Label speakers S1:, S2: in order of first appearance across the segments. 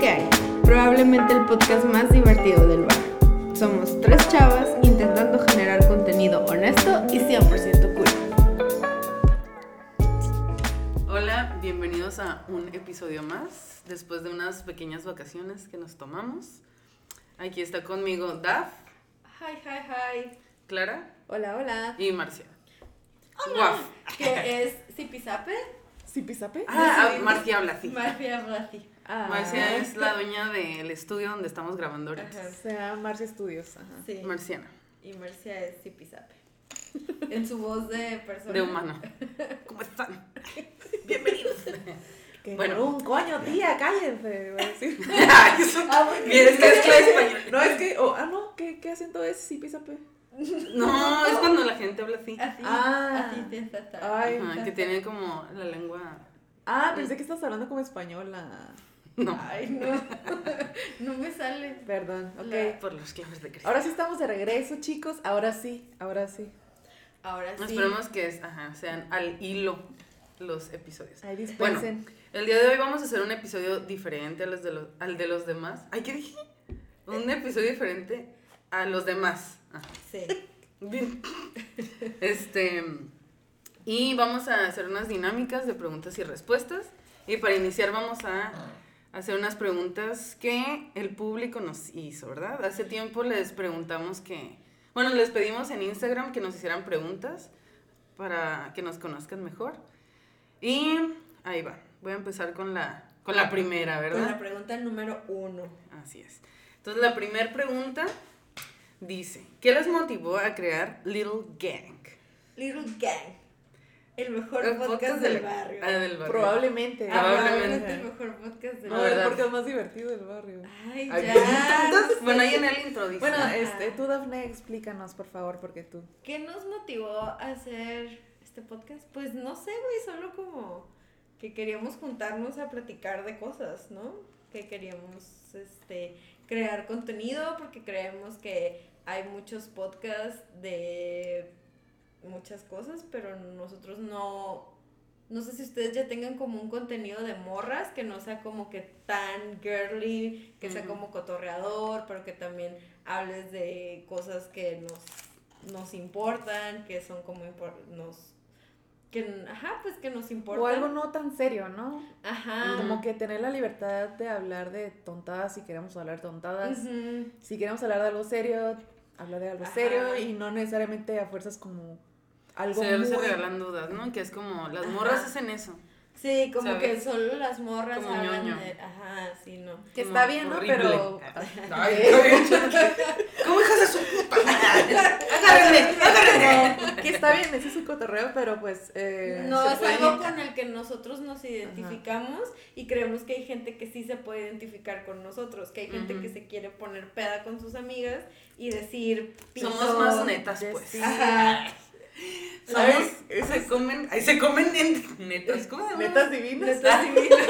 S1: que hay, probablemente el podcast más divertido del bar. Somos tres chavas intentando generar contenido honesto y 100% cool.
S2: Hola, bienvenidos a un episodio más, después de unas pequeñas vacaciones que nos tomamos. Aquí está conmigo Daf,
S1: Hi, hi, hi.
S2: Clara
S1: Hola, hola.
S2: y Marcia.
S1: Guau.
S2: Guaf.
S1: ¿Qué es Zipizape?
S3: ¿Zipizape?
S2: Ah,
S1: Sí.
S2: ah, Marcia habla así.
S1: Mafia Rati. Ah,
S2: Marcia es la dueña del estudio donde estamos grabando
S3: Ah, O
S2: ahorita.
S3: sea, Marcia Studios.
S2: Ah,
S3: Ajá.
S1: Sí.
S2: Marciana,
S1: y Marcia es Zipizape. En su voz de persona.
S2: de humano. ¿Cómo están? Bienvenidos.
S3: Que
S2: Bueno.
S3: por un coño, tía, cállense. voy a decir.
S2: Ay, eso-
S1: Ah, bueno.
S2: Mira, es mezcla de español.
S3: No, es que. oh, ah, no, ¿qué, qué acento es Zipizape?
S2: No, es cuando la gente habla así.
S1: Así,
S3: Ah.
S1: así te está- está.
S3: Ay.
S2: Ajá, que tiene como la lengua.
S3: Ah, pensé que estás hablando como ah, española.
S2: No,
S1: Ay, no. No me sale.
S3: Perdón,
S1: La-
S3: ok.
S2: por los clavos de Cristo.
S3: Ahora sí estamos de regreso, chicos. Ahora sí, ahora sí.
S1: Ahora sí.
S2: Esperemos que es- ajá, sean al hilo los episodios.
S3: Ahí
S2: Bueno,
S3: dispensen.
S2: el día de hoy vamos a hacer un episodio diferente a los de los, al de los demás. Ay, ¿qué dije? Un episodio diferente a los demás. Ajá.
S1: Sí.
S2: Bien. Este. Y vamos a hacer unas dinámicas de preguntas y respuestas. Y para iniciar vamos a hacer unas preguntas que el público nos hizo, ¿verdad? Hace tiempo les preguntamos que... Bueno, les pedimos en Instagram que nos hicieran preguntas para que nos conozcan mejor. Y ahí va. Voy a empezar con la, con la primera, ¿verdad?
S1: Con la pregunta número uno.
S2: Así es. Entonces, la primera pregunta dice, ¿qué les motivó a crear Little Gang?
S1: Little Gang. El mejor
S2: El
S1: podcast, del, barrio.
S2: Ah, del barrio.
S3: Probablemente.
S1: Ah,
S2: probablemente.
S1: probablemente el mejor podcast del
S3: No,
S1: barrio.
S2: ¿verdad?
S3: es porque es más divertido el barrio.
S1: Ay,
S2: Ay,
S1: ya.
S2: entonces, bueno, ahí en el intro dice.
S3: Bueno,
S1: Ajá.
S3: este, tú, Dafne, explícanos, por favor, porque tú.
S1: ¿Qué nos motivó a hacer este podcast? Pues no sé, güey, solo como que queríamos juntarnos a platicar de cosas, ¿no? Que queríamos este, crear contenido porque creemos que hay muchos podcasts de muchas cosas, pero nosotros no... No sé si ustedes ya tengan como un contenido de morras que no sea como que tan girly, que sea
S2: Ujú.
S1: como cotorreador, pero que también hables de cosas que nos, nos importan, que son como impor- nos que ajá, pues que nos importan.
S3: O algo no tan serio, ¿no?
S1: Ajá.
S3: Como que tener la libertad de hablar de tontadas si queremos hablar tontadas.
S1: Ujú.
S3: Si queremos hablar de algo serio, hablar de algo
S1: Ajá.
S3: serio y no necesariamente a fuerzas como algo
S2: se,
S3: muy...
S2: se regalan dudas, ¿no? Que es como, las morras
S1: Ajá.
S2: hacen eso.
S1: Sí, como
S2: ¿Sabes?
S1: que solo las morras
S2: Como
S1: hablan
S2: ñoño.
S1: de, ajá, sí, no.
S3: Que
S2: Como
S3: está bien, ¿no?
S2: horrible.
S3: Pero...
S2: ¿Cómo hijas de su puta?
S3: ¡Agárrenme! ¡Agárrenme! que está bien, ese es un cotorreo, pero pues... eh,
S1: No,
S3: se
S1: es
S3: puede-
S1: algo con el que nosotros nos identificamos y creemos que hay gente que sí se puede identificar con nosotros, que hay gente
S2: Ujú.
S1: que se quiere poner peda con sus amigas y decir,
S2: Somos
S1: "Pito".
S2: más netas,
S3: de
S2: pues.
S3: sí.
S1: Ajá.
S2: Somos,
S3: ¿Sabes?
S2: se comen, ay, se comen en- netas, ¿cómo se llama?
S3: Netas divinas.
S1: Netas divinas.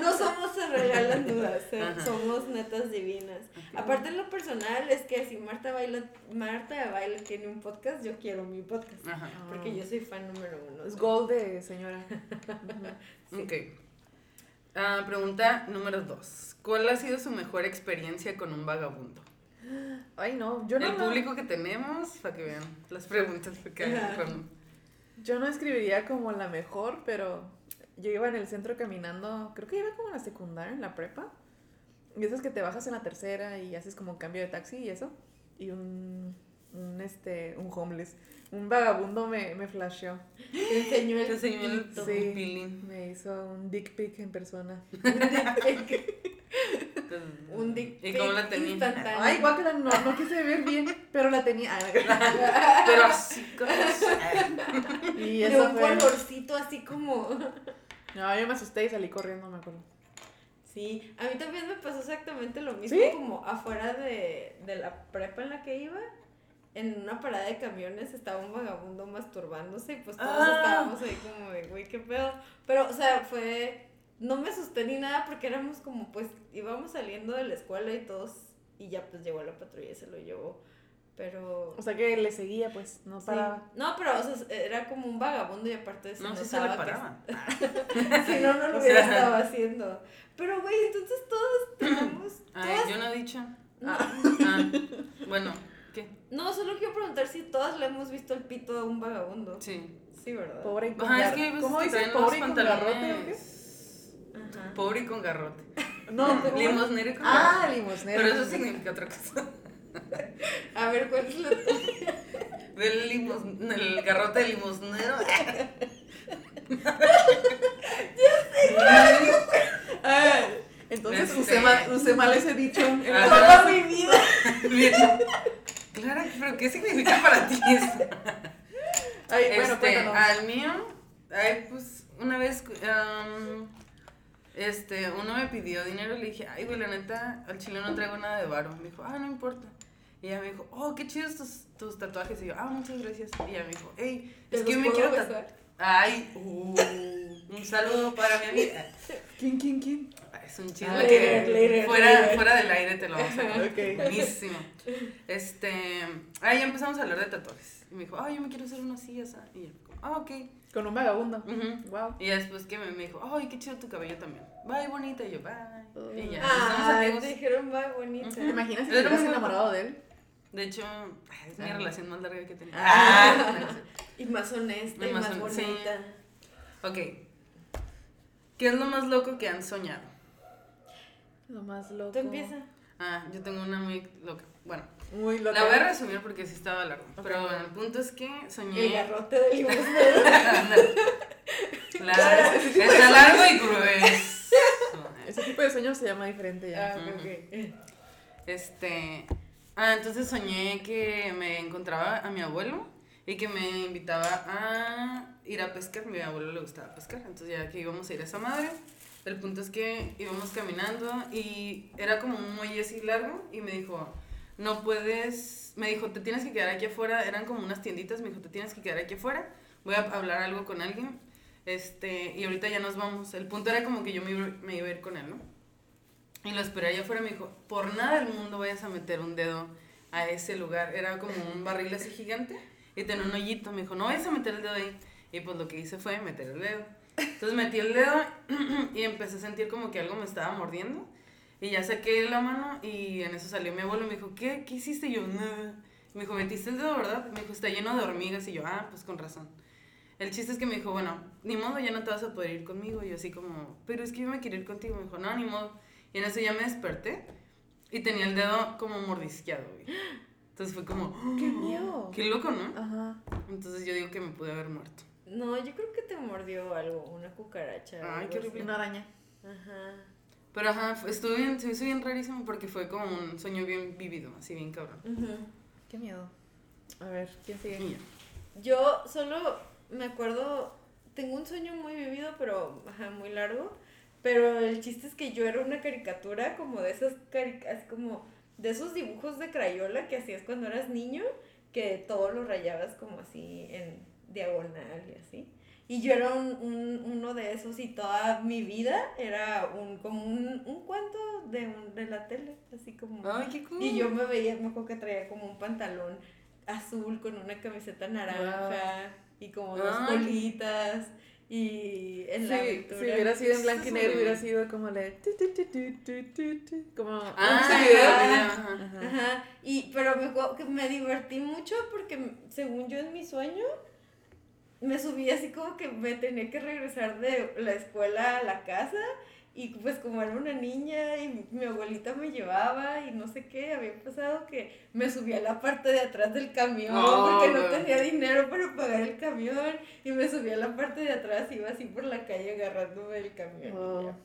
S1: No somos se regalan dudas, eh,
S2: Ajá.
S1: somos netas divinas. Aparte en lo personal es que si Marta baila, Marta de baile tiene un podcast, yo quiero mi podcast.
S2: Ajá.
S3: Ah.
S1: Porque yo soy fan número uno.
S3: Es
S1: de-
S3: gol de señora. Ujú.
S1: Sí.
S2: Ok. Ah, pregunta número dos. ¿Cuál ha sido su mejor experiencia con un vagabundo?
S3: Ay, no, yo no...
S2: el público que tenemos, para que vean las preguntas que hay.
S1: Ajá.
S2: random.
S3: Yo no escribiría como la mejor, pero yo iba en el centro caminando, creo que iba como en la secundaria, en la prepa. Y esas que te bajas en la tercera y haces como un cambio de taxi y eso. Y un, un este, un homeless, un vagabundo me, me flasheó.
S1: Te enseñó el
S2: Te enseñó el
S1: pito.
S3: Sí.
S2: pilín.
S3: Me hizo un dick pic en persona.
S1: Un dick
S2: ¿Y cómo
S1: pic
S2: la tenía?
S1: instantáneo.
S3: Ay, guácala, no, no quise ver bien, pero la tenía. Ah,
S2: Pero así, cosas.
S3: Y
S1: De
S3: eso
S1: un
S3: fue.
S1: colorcito así como...
S3: No, yo me asusté y salí corriendo, me acuerdo.
S1: Sí, a mí también me pasó exactamente lo mismo,
S3: ¿Sí?
S1: como afuera de, de la prepa en la que iba, en una parada de camiones estaba un vagabundo masturbándose y pues todos
S2: Ah.
S1: estábamos ahí como de, güey, qué pedo. Pero, o sea, fue, no me asusté ni nada porque éramos como, pues, íbamos saliendo de la escuela y todos, y ya pues llegó la patrulla y se lo llevó. Pero.
S3: O sea que le seguía, pues, no
S1: sí.
S3: paraba.
S1: No, pero o sea, era como un vagabundo y aparte se
S2: No, sí se le
S1: notaba que-
S2: paraba.
S1: Si no, no lo
S3: O
S1: hubiera
S2: sea-
S1: estado haciendo. Pero, güey, entonces todos tenemos.
S2: Ay,
S1: todas-
S2: Ah, yo no he dicho.
S1: no,
S2: Ah, bueno, ¿qué?
S1: no, solo quiero preguntar si todas le hemos visto el pito a un vagabundo.
S2: Sí.
S1: Sí, ¿verdad?
S3: Pobre y con
S2: Ajá, es
S3: gar-
S2: que hay veces
S3: ¿Cómo
S2: que
S3: dice?
S2: traen
S3: ¿Pobre
S2: unos
S3: y con garrote o qué?
S2: pantalones.
S1: Ajá.
S2: Pobre y con garrote.
S3: No, ¿cómo?
S2: Limosnero y con
S3: Ah,
S2: garrote.
S3: limosnero.
S2: Pero eso significa otra cosa.
S1: A ver, ¿cuál es la
S2: Del limos- el garrote de limosnero.
S3: Ah, entonces
S2: Este-
S3: usé, mal, usé mal ese dicho.
S2: Ah.
S1: toda mi vida?
S2: Bien. Clara, pero ¿qué significa para ti eso?
S3: Ay, bueno,
S2: este,
S3: cuéntanos.
S2: al mío, ay, pues una vez, um, este, uno me pidió dinero y le dije, ay, güey, la neta, al chile no traigo nada de varo. Me dijo, ah, no importa. Y ella me dijo, oh, qué chidos tus, tus tatuajes. Y yo, ah, muchas gracias. Y ella me dijo, hey, es que yo me quiero tatuar. Ay, uh, un saludo para mi amiga.
S3: ¿Quién, quién, quién?
S2: Es un
S1: Ah,
S2: chisme
S1: later,
S2: que
S1: later,
S2: fuera,
S1: later.
S2: fuera del aire te lo vamos a contar.
S3: Ok.
S2: Buenísimo. Este, ahí ya empezamos a hablar de tatuajes. Y me dijo, ay, yo me quiero hacer uno así, esa. Y yo, como, ah, ok.
S3: Con un vagabundo.
S2: Ujú.
S3: Wow.
S2: Y después que me, me dijo, ay, qué chido tu cabello también. Bye, bonita. Y yo, bye. Y ya, somos
S1: Ay,
S2: amigos.
S1: te Ah, dijeron más bonita.
S2: Ujú.
S3: ¿Te imaginas si
S2: Era
S3: te hubieras
S2: muy guapo.
S3: enamorado de él?
S2: De hecho, ay, es mi
S3: Ah.
S2: relación más larga que he tenido.
S1: Ah.
S2: Ah,
S1: Y más honesta y
S2: Y
S1: más,
S2: más hon- sí.
S1: bonita.
S2: ok. ¿Qué es lo más loco que han soñado?
S3: Lo más loco.
S1: Tú empieza.
S2: Ah, yo tengo una muy loca. Bueno,
S3: Muy loco.
S2: la voy a resumir porque sí estaba largo.
S3: Ok.
S2: Pero bueno, el punto es que soñé.
S1: El garrote de limosnero.
S2: Claro, está largo y grueso.
S3: Ese tipo de sueño se llama diferente ya.
S1: ah, ok, ok.
S2: Este. Ah, entonces soñé que me encontraba a mi abuelo y que me invitaba a ir a pescar. Mi abuelo le gustaba pescar, entonces ya que íbamos a ir a esa madre. El punto es que íbamos caminando y era como un muelle así largo y me dijo, no puedes, me dijo, te tienes que quedar aquí afuera, eran como unas tienditas, me dijo, te tienes que quedar aquí afuera, voy a hablar algo con alguien, este, y ahorita ya nos vamos. El punto era como que yo me iba, me iba a ir con él, ¿no? Y lo esperé allá afuera, me dijo, por nada del mundo vayas a meter un dedo a ese lugar, era como un barril así gigante y tenía un hoyito, me dijo, no vayas a meter el dedo ahí. Y pues lo que hice fue meter el dedo. Entonces metí el dedo y empecé a sentir como que algo me estaba mordiendo. Y ya saqué la mano y en eso salió mi abuelo y me dijo, ¿qué, ¿Qué hiciste? Y yo, nada. Me dijo, metiste el dedo, ¿verdad? Me dijo, está lleno de hormigas. Y yo, ah, pues con razón. El chiste es que me dijo, bueno, ni modo, ya no te vas a poder ir conmigo. Y yo así como, pero es que yo me quiero ir contigo. Me dijo, no, ni modo. Y en eso ya me desperté y tenía el dedo como mordisqueado, güey. Entonces fue como, ¡Oh!
S3: Qué miedo.
S2: qué loco, ¿no?
S3: Ajá.
S2: Entonces yo digo que me pude haber muerto.
S1: No, yo creo que te mordió algo, una cucaracha.
S2: Ay,
S1: algo
S2: qué
S1: así.
S2: horrible.
S3: Una araña.
S1: Ajá.
S2: Pero ajá, fue- estuvo bien, se me hizo bien rarísimo porque fue como un sueño bien vivido, así bien cabrón.
S1: Ujú.
S3: Qué miedo. A ver, ¿quién sigue?
S2: Y ya.
S1: Yo solo me acuerdo, tengo un sueño muy vivido, pero ajá, muy largo. Pero el chiste es que yo era una caricatura como de esas cari- así como de esos dibujos de crayola que hacías cuando eras niño, que todo lo rayabas como así en diagonal y así. Y yo era un- un- uno de esos y toda mi vida era un, como un, un cuento de, un- de la tele, así como...
S2: Ay, qué cool.
S1: Y yo me veía, me acuerdo que traía como un pantalón azul con una camiseta naranja y como dos
S2: Ay.
S1: colitas. Y en la
S3: Sí,
S1: aventura.
S3: si hubiera sido en
S2: Eso
S3: blanco y
S2: es
S3: negro, hubiera
S2: horrible.
S3: sido como le. tu, tu, tu, tu, tu, tu, tu, Como.
S2: Ah,
S1: Ese
S2: el
S1: video.
S2: video, ajá.
S3: Ajá.
S1: Ajá. Y, pero me, acuerdo que me divertí mucho porque, según yo en mi sueño, me subí así como que me tenía que regresar de la escuela a la casa. Y pues como era una niña y mi abuelita me llevaba y no sé qué, había pasado que me subí a la parte de atrás del camión
S2: No,
S1: porque no
S2: no.
S1: tenía dinero para pagar el camión y me subí a la parte de atrás iba así por la calle agarrándome del camión. y
S3: Wow.
S1: ya.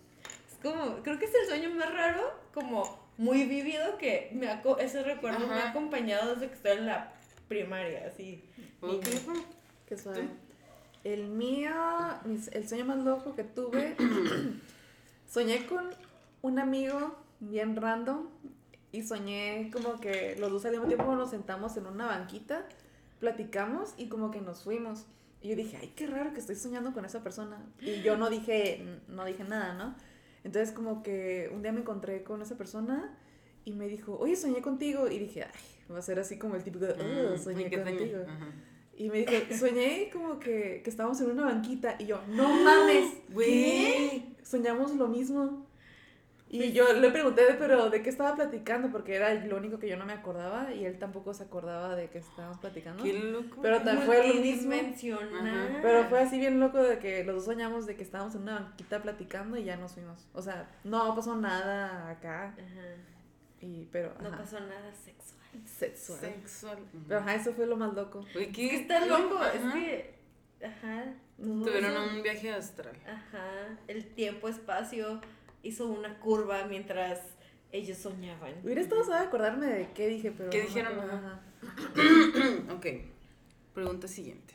S1: Es como, creo que es el sueño más raro, como muy vivido que me ha co- ese recuerdo me ha
S2: Ajá.
S1: acompañado desde que estoy en la primaria, así.
S2: Oh, qué loco.
S3: Qué suave. El mío, mis- el sueño más loco que tuve, soñé con un amigo bien random y soñé como que los dos al mismo tiempo nos sentamos en una banquita, platicamos y como que nos fuimos. Y yo dije, ay, qué raro que estoy soñando con esa persona. Y yo no dije, no dije nada, ¿no? Entonces como que un día me encontré con esa persona y me dijo, oye, soñé contigo. Y dije, ay, va a ser así como el típico, de, "Oh,
S2: Mm,
S3: soñé
S2: ¿y qué soñé?
S3: contigo.
S2: Ajá.
S3: Y me dijo, soñé como que, que estábamos en una banquita. Y yo, no mames,
S2: Güey.
S3: soñamos lo mismo.
S2: Pues
S3: Y yo le pregunté, de, pero ¿de qué estaba platicando? Porque era lo único que yo no me acordaba y él tampoco se acordaba de que estábamos platicando.
S2: Qué loco.
S3: Pero tan- fue lo mismo.
S1: Multidimensional.
S2: Ajá.
S3: Pero fue así bien loco de que los dos soñamos de que estábamos en una banquita platicando y ya nos fuimos. O sea, no pasó nada acá,
S1: Ajá.
S3: y, pero
S1: No
S3: ajá,
S1: pasó nada sexual.
S3: sexual.
S2: sexual. Ujú.
S3: Pero ajá, eso fue lo más loco.
S2: Güey,
S1: Es
S2: qué
S1: que está loco,
S2: Ajá.
S1: es que. Ajá.
S3: No,
S2: Tuvieron
S3: eso-
S2: un viaje astral.
S1: Ajá. El tiempo-espacio hizo una curva mientras ellos soñaban.
S3: Hubiera estado sabe acordarme de qué dije, pero...
S2: ¿Qué
S3: no me
S2: dijeron?
S3: acuerdo,
S2: Ajá. ok. Pregunta siguiente.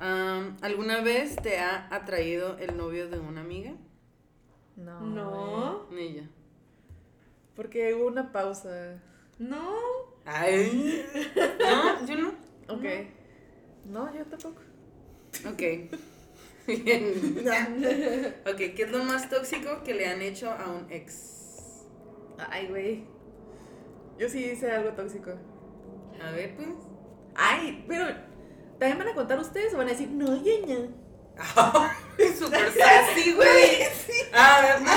S2: Am, ¿Alguna vez te ha atraído el novio de una amiga?
S3: No. güey.
S1: No,
S2: Ni yo.
S3: Porque hubo una pausa.
S1: no.
S2: Ay. No, yo no.
S3: Ok. No, yo tampoco.
S2: Ok. Bien. ok, ¿qué es lo más tóxico que le han hecho a un ex?
S3: Ay, güey. Yo sí hice algo tóxico.
S2: A ver, pues.
S3: Ay, pero... ¿También van a contar ustedes o van a decir, no, yo no?
S2: Súper sassy, güey. A ver, no.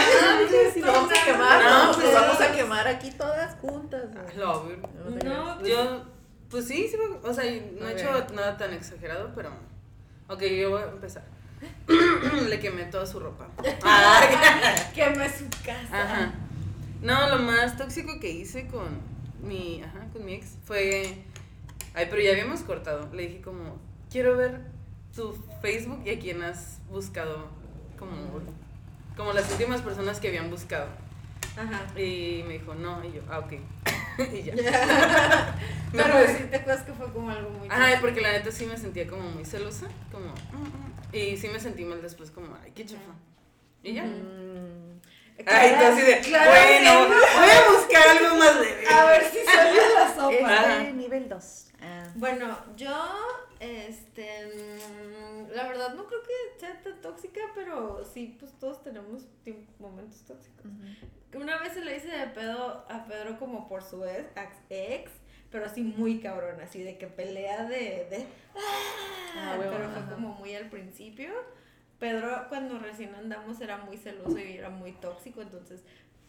S3: Si lo vamos a quemar,
S2: No,
S3: no, pues
S2: pues,
S3: vamos a
S2: no.
S3: quemar aquí todas juntas. güey.
S2: Lo ver.
S3: te creas.
S1: No, pues.
S2: Yo, pues sí, sí, me- o sea, no
S3: A
S2: he hecho
S3: ver.
S2: nada tan exagerado, pero. Ok, yo voy a empezar. Le quemé toda su ropa. Ah,
S1: Quemé su casa.
S2: Ajá. No, lo más tóxico que hice con mi, ajá, con mi ex fue. Ay, pero ya habíamos cortado. Le dije como, quiero ver tu Facebook y a quién has buscado, como, como las últimas personas que habían buscado.
S1: Ajá.
S2: Y me dijo, no, y yo, ah, ok. y ya. Me
S1: Pero
S2: fui.
S3: pues,
S1: sí te acuerdas que fue como algo muy.
S2: Ay, porque la neta sí me sentía como muy celosa, como... mm, mm. Y sí me sentí mal después, como, ay, qué chafa. Y ya.
S1: Ujú.
S3: Mm.
S2: Ay, tú así de,
S1: Clara
S2: bueno,
S1: haciendo-
S2: voy a buscar algo más leve.
S1: pues, A ver si sale la sopa.
S2: Ajá.
S3: Este nivel 2.
S1: Bueno, yo, este, mm, la verdad no creo que sea tan tóxica, pero sí, pues todos tenemos tiemp- momentos tóxicos. Una vez se le hice de pedo a Pedro como por su ex, ex- ex, pero así muy cabrón, así de que pelea de, de,
S3: Ah,
S1: pero
S3: huevo,
S1: fue
S3: ajá.
S1: como muy al principio. Pedro cuando recién andamos era muy celoso y era muy tóxico, entonces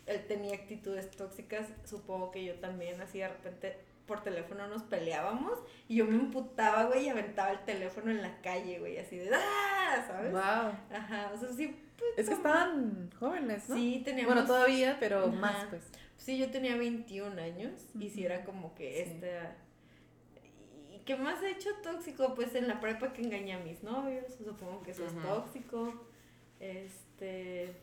S1: él tenía actitudes tóxicas, supongo que yo también, así de repente por teléfono nos peleábamos y yo me imputaba, güey, y aventaba el teléfono en la calle, güey, así de ¡ah! ¿Sabes?
S3: Wow.
S1: Ajá, o sea, sí,
S3: Es que estaban jóvenes, ¿no?
S1: sí teníamos...
S3: Bueno, todavía, pero
S1: Ajá.
S3: más, pues.
S1: Sí, yo tenía 21 años y sí
S3: Ujú.
S1: era como que
S3: Sí.
S1: esta... ¿Y qué más he hecho tóxico? Pues en la prepa que engañé a mis novios, supongo que eso es
S2: Ujú.
S1: tóxico. Este...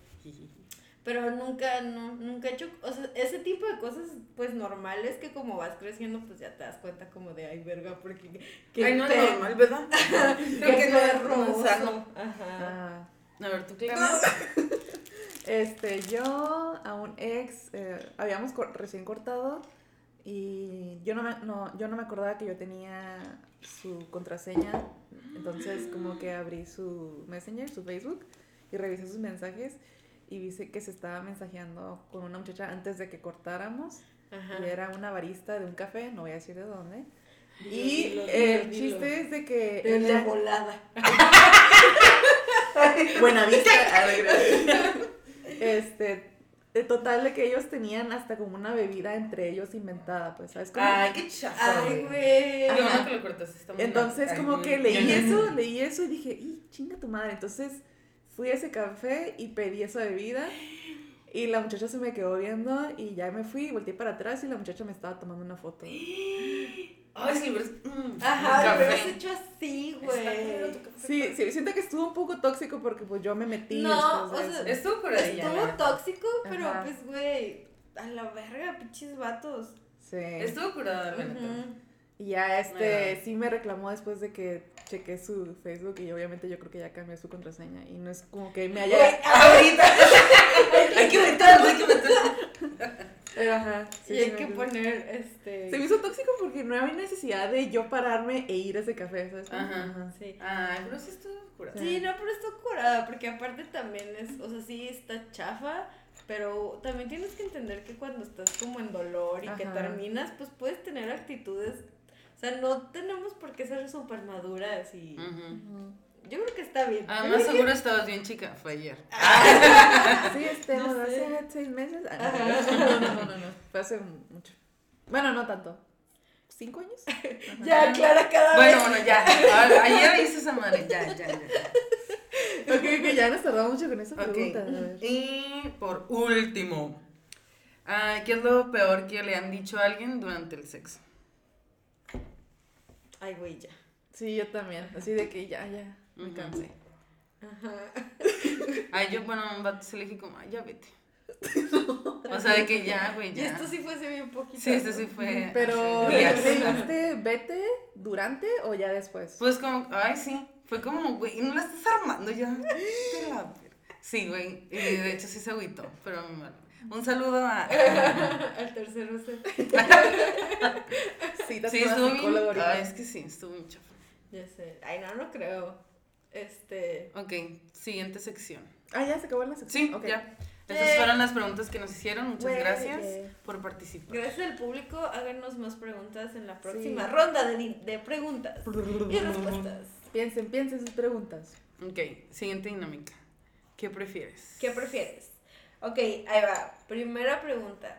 S1: Pero nunca, no, nunca he hecho, o sea, ese tipo de cosas, pues, normales que como vas creciendo, pues, ya te das cuenta como de, ay, verga, porque... qué
S2: Ay, no
S1: pe-
S2: es normal, ¿verdad? Creo
S1: qué
S2: que no es
S1: perroso.
S2: sano.
S1: Ajá.
S3: Ah.
S2: A ver, tú, Clara.
S3: Este, yo a un ex, eh, habíamos cor- recién cortado y yo no, me, no, yo no me acordaba que yo tenía su contraseña, entonces como que abrí su Messenger, su Facebook y revisé sus mensajes y vi se- que se estaba mensajeando con una muchacha antes de que cortáramos y
S1: Ajá.
S3: era una barista de un café, no voy a decir de dónde.
S1: Dilo,
S3: Y
S1: dilo,
S3: el
S1: dilo,
S3: chiste
S1: dilo.
S3: es de que...
S1: De
S3: ella-
S1: la volada.
S3: Buena vista. este, el total de que ellos tenían hasta como una bebida entre ellos inventada, pues, ¿sabes? Como-
S2: Ay, qué chafa.
S1: Ay,
S2: güey.
S1: güey.
S2: Qué bueno que lo cortaste. está muy
S3: entonces
S2: mal. Ay,
S3: como
S2: güey.
S3: que leí
S2: Ya no.
S3: eso, leí eso y dije, ¡y chinga tu madre! Entonces fui a ese café y pedí esa bebida y la muchacha se me quedó viendo y ya me fui, volteé para atrás y la muchacha me estaba tomando una foto.
S2: Ay, sí, pero... es- mm,
S1: Ajá,
S2: café.
S1: lo hubieras hecho así, güey.
S3: Sí, sí, siento que estuvo un poco tóxico porque pues yo me metí.
S1: No,
S3: después de
S1: o sea,
S3: eso.
S2: Estuvo por ahí.
S1: Estuvo tóxico, pero
S3: Ajá.
S1: pues, güey, a la verga, pinches vatos.
S3: Sí.
S2: Estuvo curada, la neta.
S1: Ujú.
S3: Y ya este
S2: Nueva.
S3: sí me reclamó después de que chequé su Facebook y obviamente yo creo que ya cambió su contraseña y no es como que me haya
S1: Güey,
S2: Ahorita. Hay que meterlo, hay que meterlo.
S3: Pero, ajá. sí,
S1: y
S3: sí
S1: hay
S3: me
S1: que
S3: acuerdo.
S1: poner este.
S3: Se me hizo tóxico porque no había necesidad de yo pararme e ir a ese café, ¿sabes?
S2: Ajá.
S1: Sí.
S2: Ah, pero sí estuvo curada.
S1: Sí, no, pero está curada, porque aparte también es, o sea, sí está chafa, pero también tienes que entender que cuando estás como en dolor y que
S3: Ajá.
S1: terminas, pues puedes tener actitudes, o sea, no tenemos por qué ser súper maduras y
S3: Mm.
S2: Ujú.
S1: yo creo que está bien.
S2: Además, seguro estabas bien chica. Fue ayer.
S3: Sí, este,
S1: No
S3: bueno,
S1: sé.
S3: hace seis meses. Ah, no, no, no, no, no, no. Fue hace mucho. Bueno, no tanto. ¿Cinco años?
S1: Ya aclara cada
S2: Bueno,
S1: vez.
S2: bueno, ya. A- Ayer hice esa madre. Ya, ya, ya.
S3: Ok, ok, ya nos tardamos mucho con esa
S2: Ok.
S3: pregunta. a ver.
S2: Y por último, ah, ¿qué es lo peor que le han dicho a alguien durante el sexo?
S1: Ay, güey, ya.
S3: Sí, yo también. Así de que ya, ya, me
S2: Ujú.
S3: cansé.
S2: Ay, yo, bueno, un vato se le dije como, ay, ya vete. O sea, de que ya, güey,
S1: Y
S2: ya.
S1: esto sí fuese bien poquito.
S2: Sí, esto sí fue.
S3: Pero,
S2: hace
S3: ¿le
S2: días.
S3: dijiste vete durante o ya después?
S2: Pues como, ay, sí. Fue como, güey, no la estás armando ya. Te la ver- Sí, güey. Y de hecho sí se agüitó, pero mi madre. Un saludo a.
S1: Al tercero se.
S3: Citas
S2: Sí,
S3: con la
S2: estuvo
S3: psicóloga
S2: bien.
S3: ahorita.
S2: Ay, es que sí, estuvo bien chafa.
S1: Ya sé. Ay, no, no creo. Este.
S2: Ok, siguiente sección.
S3: Ah, ya se acabó la sección.
S2: Sí,
S3: Ok. Eh,
S2: ya. Esas
S1: Yay.
S2: fueron las preguntas que nos hicieron. Muchas
S3: Güey. eh,
S2: gracias por participar.
S1: Gracias al público, háganos más preguntas en la próxima
S3: Sí.
S1: ronda de, di- de preguntas y respuestas.
S3: Piensen, piensen sus preguntas.
S2: Ok, siguiente dinámica. ¿Qué prefieres?
S1: ¿Qué prefieres? Ok, ahí va. Primera pregunta.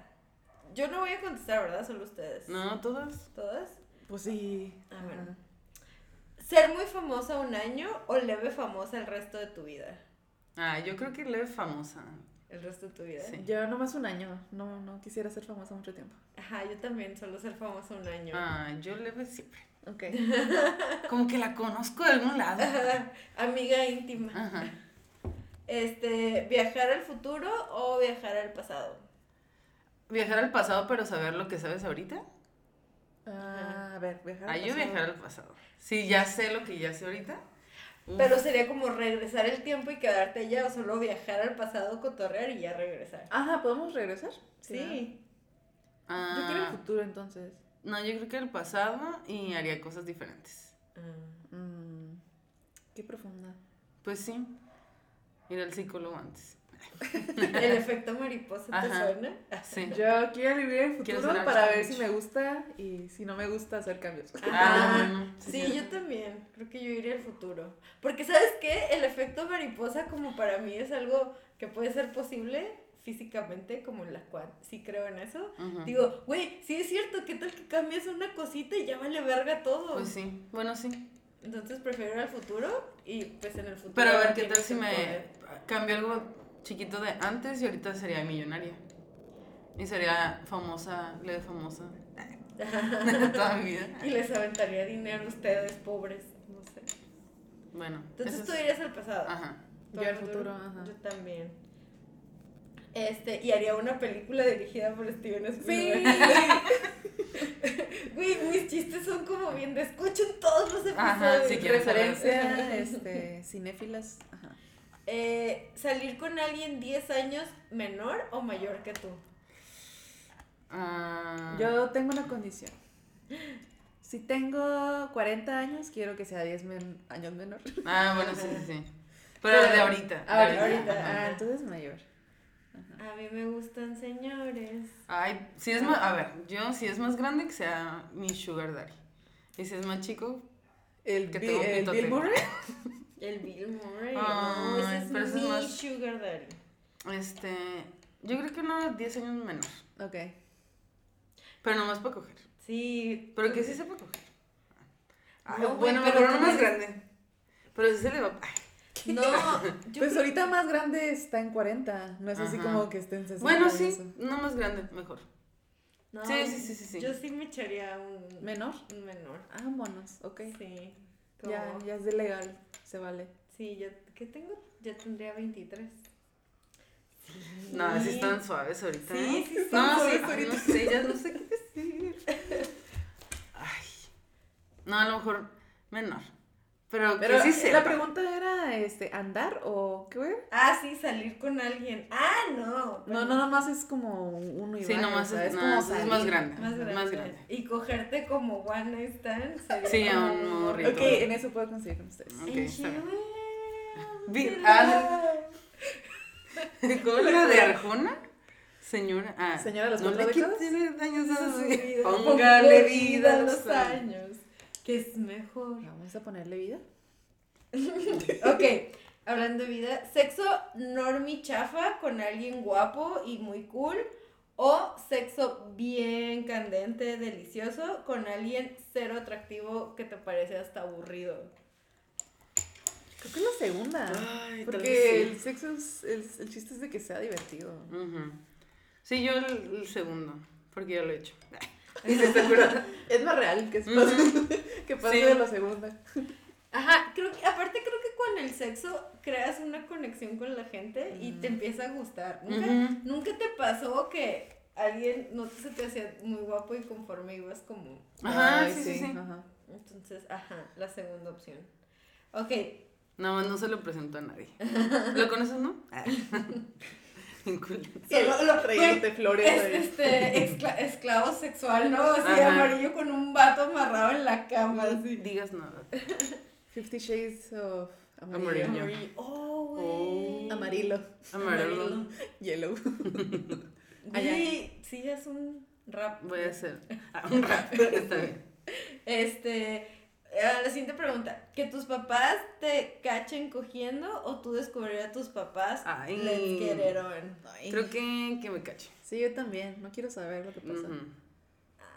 S1: Yo no voy a contestar, ¿verdad? Solo ustedes.
S2: No, todas.
S1: ¿Todas?
S3: Pues sí.
S1: Ah, bueno. ¿Ser muy famosa un año o leve famosa el resto de tu vida?
S2: Ah, yo creo que leve famosa.
S1: El resto de tu vida.
S2: Sí.
S3: Yo nomás un año. No, no quisiera ser famosa mucho tiempo.
S1: Ajá, yo también, solo ser famosa un año.
S2: Ah, yo leve siempre.
S3: Ok.
S2: Como que la conozco de algún lado.
S1: Amiga íntima.
S2: Ajá.
S1: Este, viajar al futuro o viajar al pasado.
S2: Viajar al pasado, pero saber lo que sabes ahorita.
S3: Ah, a ver, viajar.
S2: Ah,
S3: al
S2: yo
S3: pasado.
S2: viajar al pasado. Sí, ya sé lo que ya sé ahorita. Uf.
S1: Pero sería como regresar el tiempo y quedarte allá o solo viajar al pasado, cotorrear y ya regresar.
S3: Ajá, ¿podemos regresar?
S1: Sí.
S3: ¿verdad? Yo quiero el
S2: Ah,
S3: futuro entonces.
S2: no, yo creo que al pasado y haría cosas diferentes.
S1: Ah.
S3: Mm, qué profunda.
S2: Pues sí. Ir al psicólogo antes.
S1: El efecto mariposa te
S2: Ajá.
S1: suena.
S2: Sí.
S3: Yo quiero vivir el
S2: Quiero
S3: futuro
S2: ser Alex
S3: para ver
S2: Savage.
S3: si me gusta y si no me gusta hacer cambios.
S2: Ah,
S1: Ah,
S2: bueno, sí,
S1: Sí, yo también. Creo que yo iría al futuro. Porque, ¿sabes qué? El efecto mariposa, como para mí, es algo que puede ser posible físicamente, como en la cual sí creo en eso.
S2: Ujú.
S1: Digo, güey, sí es cierto, ¿qué tal que cambias una cosita y ya vale verga todo?
S2: Pues sí. Bueno, sí.
S1: Entonces prefiero ir al futuro y pues en el futuro.
S2: Pero a ver qué
S1: tienes
S2: tal si
S1: el
S2: me
S1: poder.
S2: cambio algo chiquito de antes y ahorita sería millonaria. Y sería famosa, le famosa toda mi vida.
S1: Y les aventaría dinero a ustedes, pobres. No sé.
S2: Bueno.
S1: Entonces
S2: eso
S1: tú
S2: es- Ah,
S1: irías al pasado.
S2: Ajá.
S1: ¿Tú
S3: Yo al futuro, ajá.
S1: Yo también. Este, y haría una película dirigida por Steven Spielberg. Güey, mis chistes son como bien de escuchen todos los episodios.
S2: Ajá, sí quiero saber.
S3: Referencia, este, cinéfilas. Ajá.
S1: Eh, salir con alguien 10 años menor o mayor que tú.
S2: Ah,
S3: Yo tengo una condición. Si tengo 40 años, quiero que sea 10 men- años menor.
S2: Ah, bueno, sí, sí, sí. Pero de ahorita. de
S3: Ahorita.
S1: ahorita.
S2: ajá.
S3: Ah, entonces mayor.
S1: A mí me gustan señores.
S2: Ay, si es más, a ver, yo si es más grande que sea mi sugar daddy. Y si es más chico,
S3: El,
S2: Que
S3: Bi-
S2: tengo un
S3: el
S2: pitote.
S3: Bill Murray.
S1: El Bill Murray. no,
S2: Ay,
S1: ese es
S2: pero ese es
S1: mi
S2: más-
S1: sugar daddy.
S2: este, yo creo que unos 10 años menor.
S3: Ok.
S2: Pero nomás para coger.
S1: Sí.
S2: Pero que sí sepa coger. Ay,
S1: No, güey,
S2: bueno,
S1: Ah, pero
S2: mejor
S1: tú
S2: uno más
S1: eres-
S2: grande. Pero si se le va. ay.
S1: No, yo
S3: pues
S1: creo-
S3: ahorita más grande está en 40. No es así
S2: Ajá.
S3: como que esté en 60.
S2: Bueno,
S3: y
S2: sí,
S3: eso.
S2: uno más grande, mejor.
S1: no,
S2: Sí, sí, sí, sí, sí.
S1: Yo sí me echaría un,
S3: Menor.
S1: un menor.
S3: Ah, monos. Ok.
S1: Sí.
S3: Ya,
S1: como-
S3: ya es de legal. Se vale.
S1: Sí, yo que tengo, ya tendría 23.
S2: No, sí están suaves ahorita.
S1: Sí,
S2: ¿eh?
S1: sí están
S2: no,
S1: suaves
S2: ay,
S1: ahorita.
S2: No sé, ya no sé qué decir. Ay. No, a lo mejor menor. Pero,
S3: Pero
S2: que sí sepa.
S3: la pregunta era, este, ¿andar o qué güey?
S1: Ah, sí, salir con alguien. Ah, no.
S3: No,
S1: bueno,
S3: no, nomás es como uno y
S2: Sí,
S3: varios,
S2: nomás
S3: o sea,
S2: es, no, es
S3: salir.
S2: más grande.
S1: Más grande.
S2: Más grande.
S1: Y cogerte como one night stand. sería
S2: Sí, a un
S1: como-
S2: morrito.
S3: Ok, en eso puedo conseguir con ustedes.
S2: Ok,
S1: En
S2: está bien.
S1: Chihuahua.
S2: Vi- ah, ¿Cómo la de Arjona? Señora. Ah,
S3: Señora, ¿los
S2: no
S3: cuatro
S2: le
S3: décadas?
S2: quite daños a su vida.
S1: Póngale
S2: Póngale vida a los años.
S1: Que es mejor.
S3: Vamos a ponerle vida.
S1: Ok, hablando de vida, sexo normi chafa con alguien guapo y muy cool. O sexo bien candente, delicioso, con alguien cero atractivo que te parece hasta aburrido.
S3: Creo que es la segunda.
S2: Ay, tal vez
S3: porque
S2: sí.
S3: el sexo es, el, el chiste es de que sea divertido.
S2: Ujú. Sí, yo el, el segundo, porque ya lo he hecho. ¿Y se te acuerdas?
S3: Es más real que es
S2: Ujú.
S3: que pase
S2: Sí.
S3: de la segunda.
S1: Ajá, creo que, aparte creo que con el sexo creas una conexión con la gente y te empieza a gustar. ¿Nunca,
S2: Ujú.
S1: ¿nunca te pasó que alguien no se te hacía muy guapo y conforme ibas como...
S2: Ajá,
S3: Ay,
S2: sí, sí, sí.
S3: ajá.
S1: Entonces, ajá, la segunda opción. Ok,
S2: Nada más no se lo presento a nadie. ¿Lo conoces, no? Ah. Bien cool.
S3: Solo lo trayéndote flores.
S1: es
S3: ahí.
S1: este escla- esclavo sexual, ¿no? Así
S2: Ajá.
S1: amarillo con un vato amarrado en la cama.
S2: Ni
S1: Así.
S2: Digas nada.
S3: Fifty Shades of
S2: Amarillo.
S3: Amarillo.
S1: Amarillo. Oh, güey.
S3: Amarillo.
S2: Amarillo. Ah,
S3: Yellow. Allá.
S1: Sí, sí, es un rap.
S2: Voy a hacer ah, un rap. Está bien.
S1: Este, a la siguiente pregunta, que tus papás te cachen cogiendo o tú descubrir a tus papás
S2: Ay.
S1: les quereron.
S3: Ay.
S2: Creo que, que me cacho.
S3: Sí, yo también. No quiero saber lo que pasa.
S2: Ujú.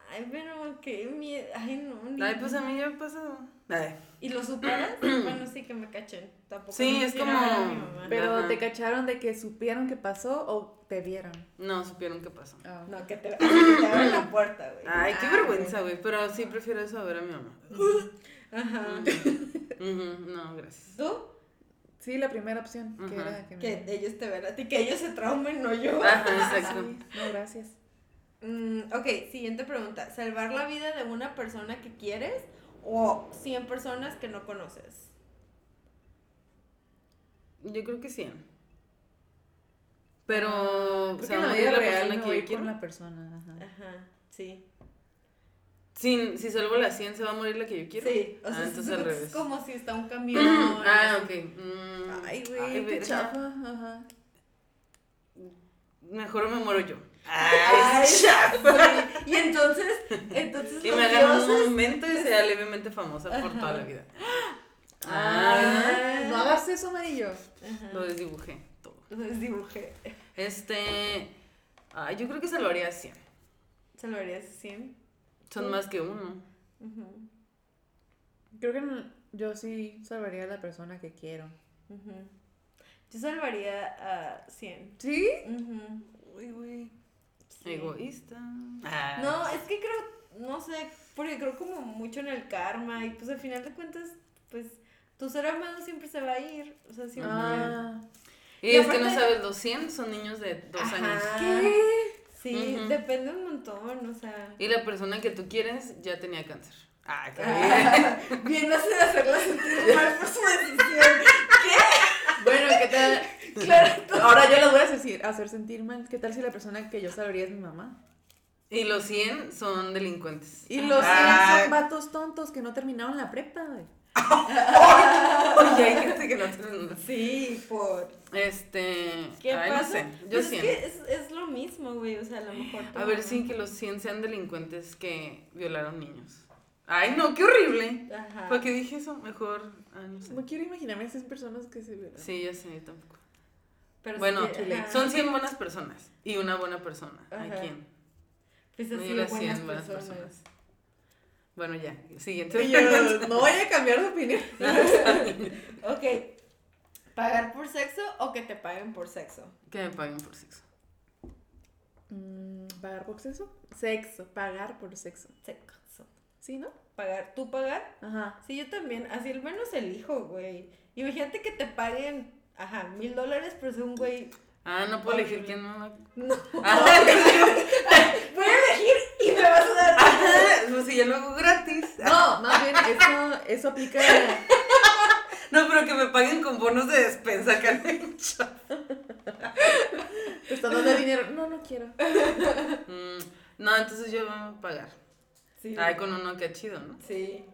S1: Ay, pero qué miedo. Ay, no. ni-
S2: Ay, pues a mí ya me ha pasado. Ay.
S1: ¿Y lo superas? bueno, sí que me cachen. Tampoco
S2: Sí,
S1: no
S2: es
S1: quiero
S2: como-
S1: ver a mi mamá.
S3: Pero
S2: Ajá.
S3: te cacharon de que supieron que pasó o te vieron. Ah,
S2: No, supieron qué pasó.
S1: No, que te, que te abran la puerta, güey.
S2: Ay, qué
S1: Ah,
S2: vergüenza, güey. Pero sí prefiero eso a ver a mi mamá.
S1: güey.
S2: Ah.
S1: Ajá.
S2: Ujú, No, gracias.
S1: ¿Tú?
S3: Sí, la primera opción. Que
S2: Ajá.
S3: era que me...
S1: Que ellos te vean a ti, que ellos se traumen, no yo.
S2: Ajá,
S3: Sí,
S2: exacto.
S3: no, gracias.
S1: Mm, ok, siguiente pregunta. ¿Salvar la vida de una persona que quieres o 100 personas que no conoces?
S2: Yo creo que sí. Pero.
S3: Creo
S2: o
S3: que
S2: sea,
S3: en la
S2: morir
S3: vida
S2: la
S3: real
S2: persona
S3: no
S2: que yo
S3: voy
S2: quiero.
S3: con la persona. ajá.
S1: Ajá, sí.
S2: Si, si salvo la 100, se va a morir la que yo quiero.
S1: Sí, o
S2: Ah,
S1: sea,
S2: entonces
S1: es,
S2: al
S1: es
S2: revés.
S1: como si está un camión.
S2: ah, ok. Mm,
S3: Ay, güey, qué
S2: verga.
S3: chafa. Ajá.
S2: Mejor me muero yo.
S1: Ay, sí. Y entonces, entonces
S2: Y
S1: los
S2: me hagan un
S1: dioses-
S2: monumento y sea levemente famosa por toda la vida.
S1: Ah.
S3: No hagas eso, amarillo.
S1: Ajá.
S2: Lo desdibujé todo.
S1: Los dibujé.
S2: Este. Ay, yo creo que salvaría a 100.
S1: ¿Salvarías 100? Mm.
S2: Son más que uno.
S1: Ujú,
S3: Creo que no- yo sí salvaría a la persona que quiero.
S1: ujú. Yo salvaría a 100.
S3: ¿Sí?
S1: Ujú,
S3: Uy, güey.
S1: sí.
S2: Egoísta. Ah.
S1: No, es que creo, no sé, porque creo como mucho en el karma y pues al final de cuentas, pues tu ser amado siempre se va a ir. O sea, siempre.
S3: Ah.
S2: Y,
S1: Y
S2: es que
S1: aparte-
S2: no sabes, los 100 son niños de dos
S1: Ajá.
S2: años.
S3: ¿Qué?
S1: Sí,
S2: Ujú.
S1: depende un montón, o sea.
S2: Y la persona que tú quieres ya tenía cáncer. Ah, qué
S1: Ah, bien hace de hacerla sentir mal por su decisión.
S3: Bueno, ¿qué tal?
S1: Claro.
S3: Ahora yo las voy a hacer, hacer sentir mal. ¿Qué tal si la persona que yo salvaría es mi mamá?
S2: Y los 100 son delincuentes.
S3: Y los
S2: Ah.
S3: son vatos tontos que no terminaron la prepa, güey.
S2: Oye, hay gente que no tiene-
S1: Sí, por.
S2: Este.
S1: ¿Qué
S2: ay,
S1: pasa?
S2: no sé. Yo
S1: Pues es
S2: 100.
S1: que es, es lo mismo, güey. O sea, a lo mejor. tu
S2: A ver,
S1: mamá-
S2: sí, que los 100 sean delincuentes que violaron niños. Ay, no, qué horrible.
S1: Ajá.
S2: ¿Para qué dije eso? Mejor. Ay, no sé.
S3: No quiero imaginarme esas personas que se vieron.
S2: Sí, ya sé, yo tampoco.
S1: Pero sí
S2: Bueno,
S1: que- ajá.
S2: son 100 buenas personas y una buena persona.
S1: Ajá.
S2: ¿A quién?
S1: Pues
S2: No
S1: así,
S2: las
S1: buenas
S2: 100 buenas
S1: personas.
S2: personas. Bueno, ya, siguiente.
S3: Yo no voy a cambiar de opinión.
S1: Ok. ¿Pagar por sexo o que te paguen por sexo?
S2: Que me paguen por sexo.
S3: Mm, ¿Pagar por sexo? Sexo, pagar por sexo.
S1: Sexo.
S3: ¿Sí, no?
S1: ¿Pagar? ¿Tú pagar?
S3: Ajá.
S1: Sí, yo también. Así al menos elijo, güey. Imagínate que te paguen, ajá, mil dólares, pero es un güey.
S2: Ah, no puedo elegir
S1: Horrible.
S2: quién me va
S1: No.
S2: Ah,
S1: Voy a elegir y me vas a dar.
S2: Ah, pues si yo lo hago gratis.
S3: No, más bien eso, eso aplica
S2: No, pero que me paguen con bonos de despensa, Carmen.
S3: Te está dando dinero. No, no quiero.
S2: Mm, no, entonces yo voy a pagar.
S1: Sí.
S2: Ay, con uno que chido, ¿no?
S1: Sí.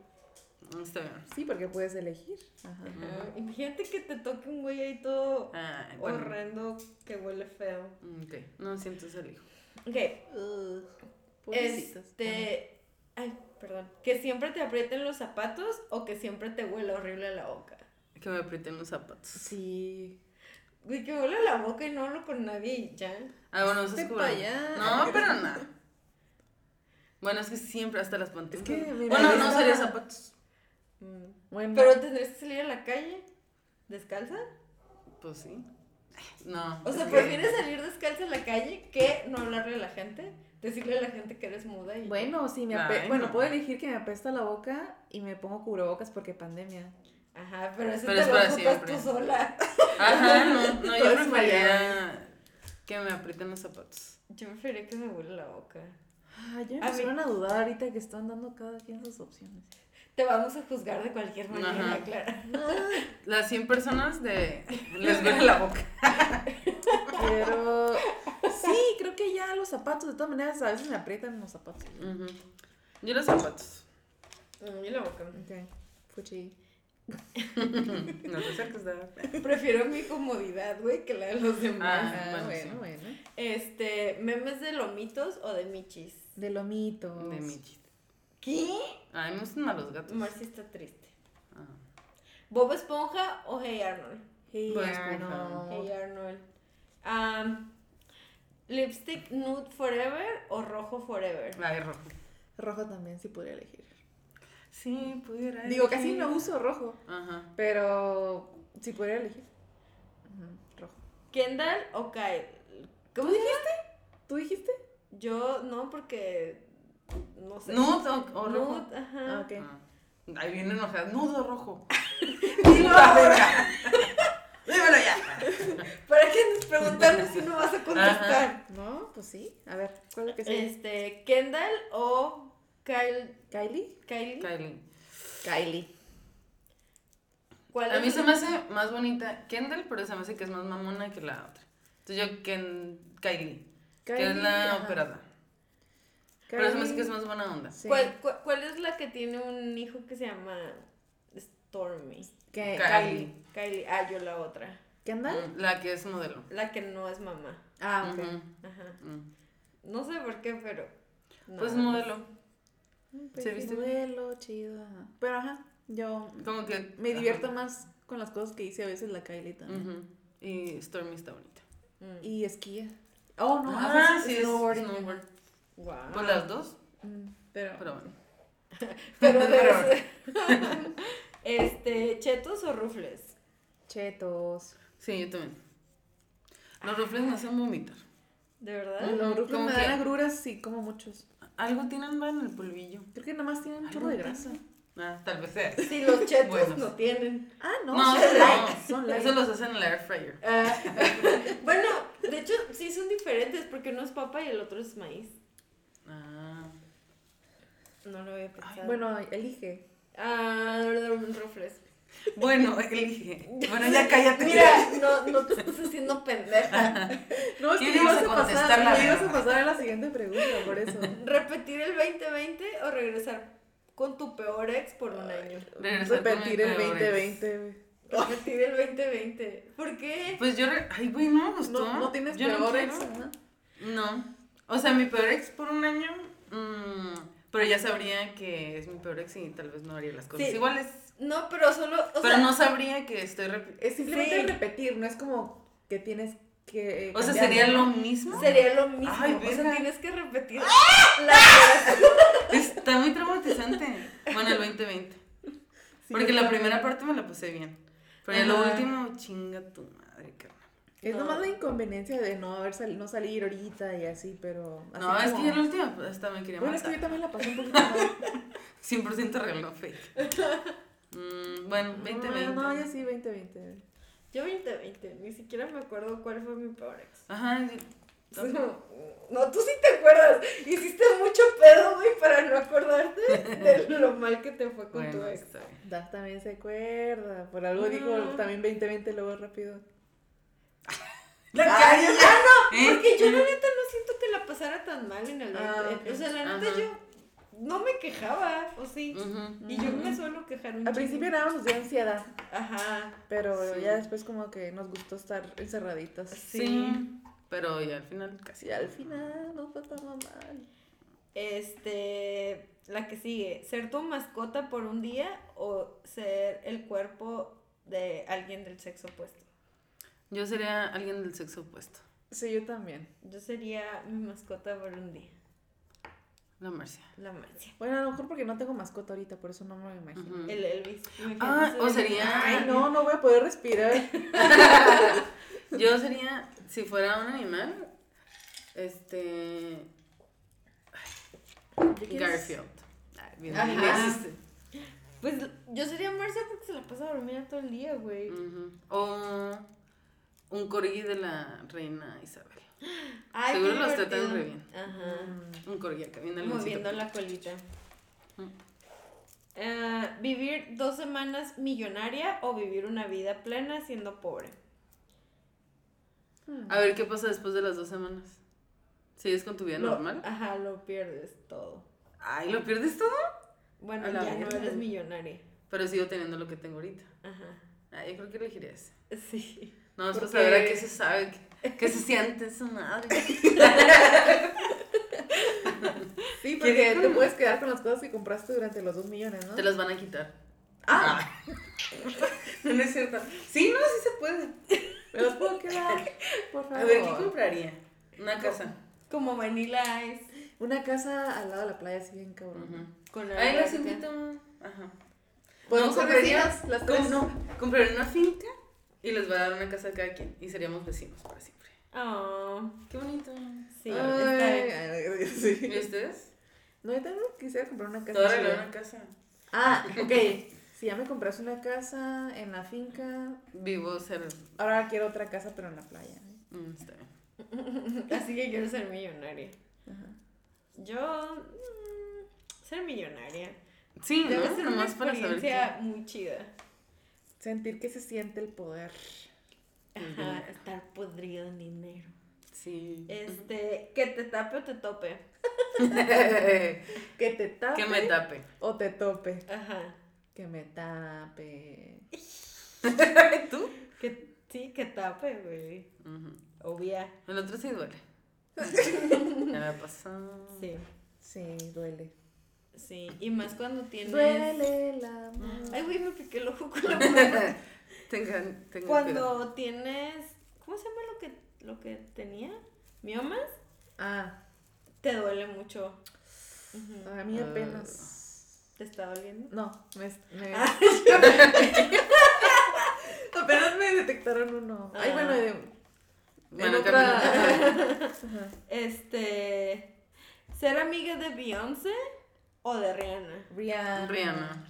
S2: Está bien. Mm.
S3: Sí, porque puedes elegir. Ajá.
S1: Ah, Imagínate que te toque un güey ahí todo
S2: Ay, Ah, bueno.
S1: horrendo que huele feo.
S2: Ok, no, sí, entonces elijo.
S1: Ok.
S3: Pobrecitos.
S1: Este. Ay, perdón. Que siempre te aprieten los zapatos o que siempre te huele horrible la boca.
S2: Que me aprieten los zapatos.
S3: Sí.
S1: Güey, que me huele la boca y no hablo con nadie y ya.
S2: Ah, bueno, eso es
S3: Vete
S1: Este
S2: cura.
S3: pa' allá.
S2: No, pero nada. Bueno, es que siempre hasta las pantas.
S3: que me
S2: bueno, no
S3: molesta.
S2: sería zapatos.
S1: Mm.
S3: Bueno.
S1: Pero tendrías que salir a la calle descalza.
S2: Pues sí. No.
S1: O
S2: es
S1: sea,
S2: que-
S1: prefieres salir descalza a la calle que no hablarle a la gente, decirle a la gente que eres muda y.
S3: Bueno, sí, me
S2: Ay,
S3: ape- bueno,
S2: no.
S3: puedo elegir que me apesta la boca y me pongo cubrebocas porque pandemia.
S1: Ajá, pero eso
S2: Pero es
S1: te lo
S2: para
S1: ocupas
S2: siempre.
S1: tú sola.
S2: Ajá, no, no, yo
S3: Todo
S2: preferiría que me aprieten los zapatos.
S1: Yo preferiría que me huele la boca.
S3: Ah, ya me
S1: A
S3: empezaron a dudar ahorita que están dando cada quien sus opciones.
S1: Te vamos a juzgar de cualquier manera,
S2: Ajá.
S1: Clara.
S2: Las 100 personas de les huele la boca.
S3: Pero sí, creo que ya los zapatos, de todas maneras, a veces me aprietan los zapatos.
S2: Ujú. Yo los zapatos.
S1: Mm, y la boca.
S3: Ok, fuchi.
S2: no te acerques de
S1: Prefiero mi comodidad, güey, que la de los demás.
S2: Ah, bueno, sí.
S3: bueno.
S1: Este, memes de lomitos o de michis.
S3: De lomitos.
S2: de mi chiste.
S1: ¿Qué?
S2: Ay, me gustan más los gatos.
S1: Marcy está triste.
S2: Ah.
S1: Bob Esponja o Hey Arnold.
S3: Hey,
S2: Bob Esponja.
S3: Arnold.
S1: Hey Arnold. Am, lipstick nude forever o rojo forever.
S2: Ay, rojo.
S3: Rojo también, si pudiera elegir.
S2: Sí, pudiera.
S3: Digo,
S2: elegir.
S3: casi no uso rojo,
S2: Ajá.
S3: pero si pudiera elegir. Ujú, Rojo.
S1: Kendall o Kyle. ¿Cómo se llama?
S3: ¿Tú dijiste?
S1: Yo no porque no sé.
S2: ¿Nude o, o rojo?
S1: Nude, ajá.
S3: Ah, ok.
S2: Ah. Ahí viene enojada. Nudo rojo. Ah,
S1: Puta
S2: verga. Dímelo ya.
S1: ¿Para qué nos preguntamos si no vas a contestar?
S3: No, pues sí. A ver, ¿cuál es la que sí?
S1: Este, Kendall o Kyle,
S3: ¿Kylie?
S1: Kylie.
S2: Kylie.
S3: Kylie.
S1: ¿Cuál
S2: A
S1: es
S2: mí
S1: el-
S2: se me hace más bonita Kendall, pero se me hace que es más mamona que la otra. Entonces yo Ken, Kylie, que es la
S3: ajá.
S2: operada. Pero se me hace que es
S3: Kylie,
S2: más buena onda.
S3: sí.
S1: ¿Cuál, cuál, cuál es la que tiene un hijo que se llama Stormy?
S3: ¿Qué?
S2: Kylie.
S1: Kylie. Ah, yo la otra.
S3: ¿Kendall?
S2: Mm, La que es modelo.
S1: La que no es mamá.
S3: Ah, ok.
S2: Ujú,
S1: Ajá.
S2: mm.
S1: No sé por qué, pero. no.
S2: Pues modelo.
S3: Mm,
S2: ¿Se
S3: pues,
S2: viste
S3: modelo, chido. ajá. Pero ajá, yo
S2: Como que.
S3: me
S2: ajá.
S3: divierto más con las cosas que hice a veces la Kylie también.
S2: Ujú. Y Stormy está bonita.
S1: Mm.
S3: Y esquía. Oh, no,
S2: Ah,
S3: haces
S2: sí, es
S3: snowboarding. Ah.
S2: snowboard.
S1: Guau.
S2: Pues las dos,
S3: Mm, pero,
S2: pero bueno.
S1: Pero de
S2: Pero-
S1: ese- Este, ¿chetos o rufles?
S3: chetos.
S2: Sí, yo también. Los rufles me hacen vomitar.
S1: ¿De verdad?
S2: Mm.
S3: Los
S2: como
S3: me
S2: que-
S3: dan agruras, sí, como muchos.
S2: Algo tienen va en el polvillo.
S3: Creo que nada más tienen un chorro
S2: Algo
S3: de
S2: tiene.
S3: grasa.
S2: Ah, tal vez sea.
S1: Sí, los chetos
S2: Buenos.
S1: no tienen.
S3: Ah, no,
S2: No,
S3: son
S2: eso
S3: light,
S2: no.
S3: Son light.
S2: Eso los hacen en la air fryer.
S1: Ah, bueno, de hecho, sí son diferentes porque uno es papa y el otro es maíz.
S2: Ah.
S1: No lo había pensado.
S3: Bueno, elige.
S1: Ah, rufles.
S2: Bueno, elige. Bueno, ya cállate.
S1: Mira, no, no te estás haciendo pendeja.
S3: No, es
S2: ¿Quién
S3: que
S2: ibas
S3: ibas
S2: a
S3: a pasar,
S2: contestar la
S3: ibas a
S2: verdad?
S3: pasar a la siguiente pregunta, por eso.
S1: ¿Repetir el 2020 o regresar con tu peor ex por un año?
S2: Regresar con
S3: Repetir el
S2: peores.
S3: 2020. güey.
S1: Repetir el 2020. ¿Por qué?
S2: Pues yo. re- Ay, güey, no me gustó.
S3: No, no tienes
S2: Yo no
S3: peor
S2: quiero.
S3: ex, ¿no?
S2: No. O sea, mi peor ex por un año. mm, pero ya sabría que es mi peor ex y tal vez no haría las cosas
S1: Sí.
S2: iguales.
S1: No, pero solo. O
S2: pero
S1: sea,
S2: no sabría que estoy. repi-
S3: Es simplemente
S1: Sí.
S3: repetir, no es como que tienes que. eh,
S2: O sea,
S3: cambiarlo.
S2: sería lo mismo.
S1: Sería lo mismo.
S2: Ay,
S1: o sea,
S2: verga. Ah.
S1: tienes que repetir. la-
S2: Está muy traumatizante. Bueno, el 2020.
S3: Sí,
S2: Porque la
S3: claro.
S2: primera parte me la puse bien. Pero ya lo
S1: Ajá.
S2: último, chinga tu madre, carnal.
S3: Es
S1: No.
S3: nomás la inconveniencia de no haber sali- no salir ahorita y así, pero. así
S2: No, es
S3: como-
S2: que ya la última pues, hasta me quería
S3: Bueno, es que
S2: matar.
S3: yo también la pasé un poquito mal.
S2: 100% reloj fake. Mm, bueno, 2020.
S3: No, no, yo sí, 2020.
S1: Yo 2020. Ni siquiera me acuerdo cuál fue mi peor ex.
S2: Ajá,
S1: Entonces, No, tú sí te acuerdas. Hiciste mucho pedo, güey, para no acordarte de lo mal que te fue con tu
S2: Bueno,
S1: ex.
S2: está bien.
S3: Das también se acuerda. Por algo digo
S1: No.
S3: también 2020 luego rápido.
S2: La
S1: Ay,
S2: calle.
S1: ya no,
S2: ¿Eh?
S1: porque yo la neta no siento que la pasara tan mal en el
S3: Ah,
S1: arte. O sea, la neta
S2: Ajá. Mm,
S1: yo no me quejaba, o sí.
S2: Ujú.
S1: Y yo me
S3: Ujú.
S1: suelo quejar un
S3: Al principio nada más nos dio ansiedad,
S1: chingo. Ajá.
S3: pero
S2: Sí.
S3: ya después como que nos gustó estar encerraditas.
S1: Sí.
S2: Sí. Pero ya al final casi.
S3: Sí, al final no fue tan mal.
S1: Este, la que sigue, ser tu mascota por un día o ser el cuerpo de alguien del sexo opuesto.
S2: Yo sería alguien del sexo opuesto.
S3: Sí, yo también.
S1: Yo sería mi mascota por un día,
S2: La Marcia.
S1: la Marcia.
S3: Bueno, a lo mejor porque no tengo mascota ahorita, por eso no me lo imagino.
S2: Ujú.
S1: El Elvis. imagínate
S2: Mm. Ah,
S1: ser
S2: o
S1: el-
S2: sería-
S3: Ay, no, no voy a poder respirar.
S2: Yo sería, si fuera un animal, este. Garfield. Ay, bien,
S1: Ajá.
S2: bien existe.
S1: Pues yo sería Marcia porque se la pasa dormida todo el día, güey.
S2: Ujú. O un corgi de la reina Isabel.
S1: Ay,
S2: Seguro
S1: qué
S2: los tratan
S1: divertido.
S2: re bien.
S1: Ajá.
S3: Mm.
S2: Un corgi acá, bien
S1: Moviendo
S2: algoncito.
S1: la colita.
S2: Mm.
S1: Ah, vivir dos semanas millonaria o vivir una vida plena siendo pobre.
S2: A ver qué pasa después de las dos semanas. ¿Sigues con tu vida
S1: Lo-
S2: normal?
S1: Ajá, lo pierdes todo.
S2: Ay, ¿lo pierdes todo?
S1: Bueno,
S2: A la
S1: ya no
S2: verga.
S1: eres millonaria.
S2: Pero sigo teniendo lo que tengo ahorita.
S1: Ajá.
S2: Ay, yo creo que elegiría ese.
S1: Sí.
S2: No, es para
S3: Porque-
S2: saber a qué se sabe, qué, qué se siente su madre.
S3: Sí, porque te puedes quedar con las cosas que compraste durante los dos millones, ¿no?
S2: Te las van a quitar.
S3: Ah.
S2: No, no es cierto. Sí, no, sí se puede.
S3: Me las puedo quedar, por favor.
S2: A ver, ¿qué compraría? Una casa.
S1: Como Vanilla Ice.
S3: Una casa al lado de la playa, así bien cabrón.
S2: Ujú.
S1: Con la
S2: Ahí las
S1: alberca.
S2: invito. Ajá.
S3: Podemos
S2: No,
S3: ser
S2: compraría-
S3: vecinas, Pues las
S2: ¿Cómo
S3: tres.
S2: no? Compraría una finca y les voy a dar una casa a cada quien. Y seríamos vecinos para siempre.
S1: Oh,
S2: Qué bonito.
S1: sí. está
S3: Ay,
S1: bien.
S3: ay, sí.
S2: ¿Y ustedes?
S3: No, yo también quisiera comprar una
S2: Te
S3: casa.
S2: voy a regalar
S3: chida.
S2: una casa.
S3: Ah, ok. Si ya me compras una casa en la finca,
S2: Vivo ser.
S3: ahora quiero otra casa, pero en la playa. ¿eh?
S2: mm, está bien.
S1: Así que quiero ser millonaria.
S3: Ajá.
S1: Yo. mm, ser millonaria.
S2: Sí,
S1: Debe
S2: ¿no?
S1: ser una
S2: Nomás para saber.
S1: experiencia muy chida.
S3: Sentir que se siente el poder.
S2: El
S1: Ajá,
S2: dinero.
S1: estar podrido en dinero.
S2: qué- Sí.
S1: Este, que te tape o te tope.
S2: que
S3: Que te tape
S2: me tape.
S3: o te tope.
S1: Ajá.
S3: Que me tape.
S2: ¿Tú?
S1: Que, sí, que tape, güey. Obvia.
S2: El otro sí duele. Me ha pasado.
S1: Sí.
S3: Sí, duele.
S1: Sí. Y más cuando tienes.
S3: Duele la
S1: Ay, güey, me piqué el ojo con la mano.
S2: Tengan, tengan cuidado.
S1: Cuando tienes. ¿Cómo se llama lo que, lo que tenía? ¿Miomas?
S3: Ah,
S1: Te duele mucho. Ujú.
S3: a mí
S2: Ah.
S3: apenas.
S1: ¿Te está doliendo?
S3: No, me. me-
S1: Ah.
S3: apenas me detectaron uno. Ay,
S1: Ah.
S3: bueno, de-
S2: Bueno,
S3: en otra-
S2: camino.
S3: ajá.
S1: Este. ¿Ser amiga de Beyoncé o de Rihanna?
S3: Rihanna.
S2: Rihanna.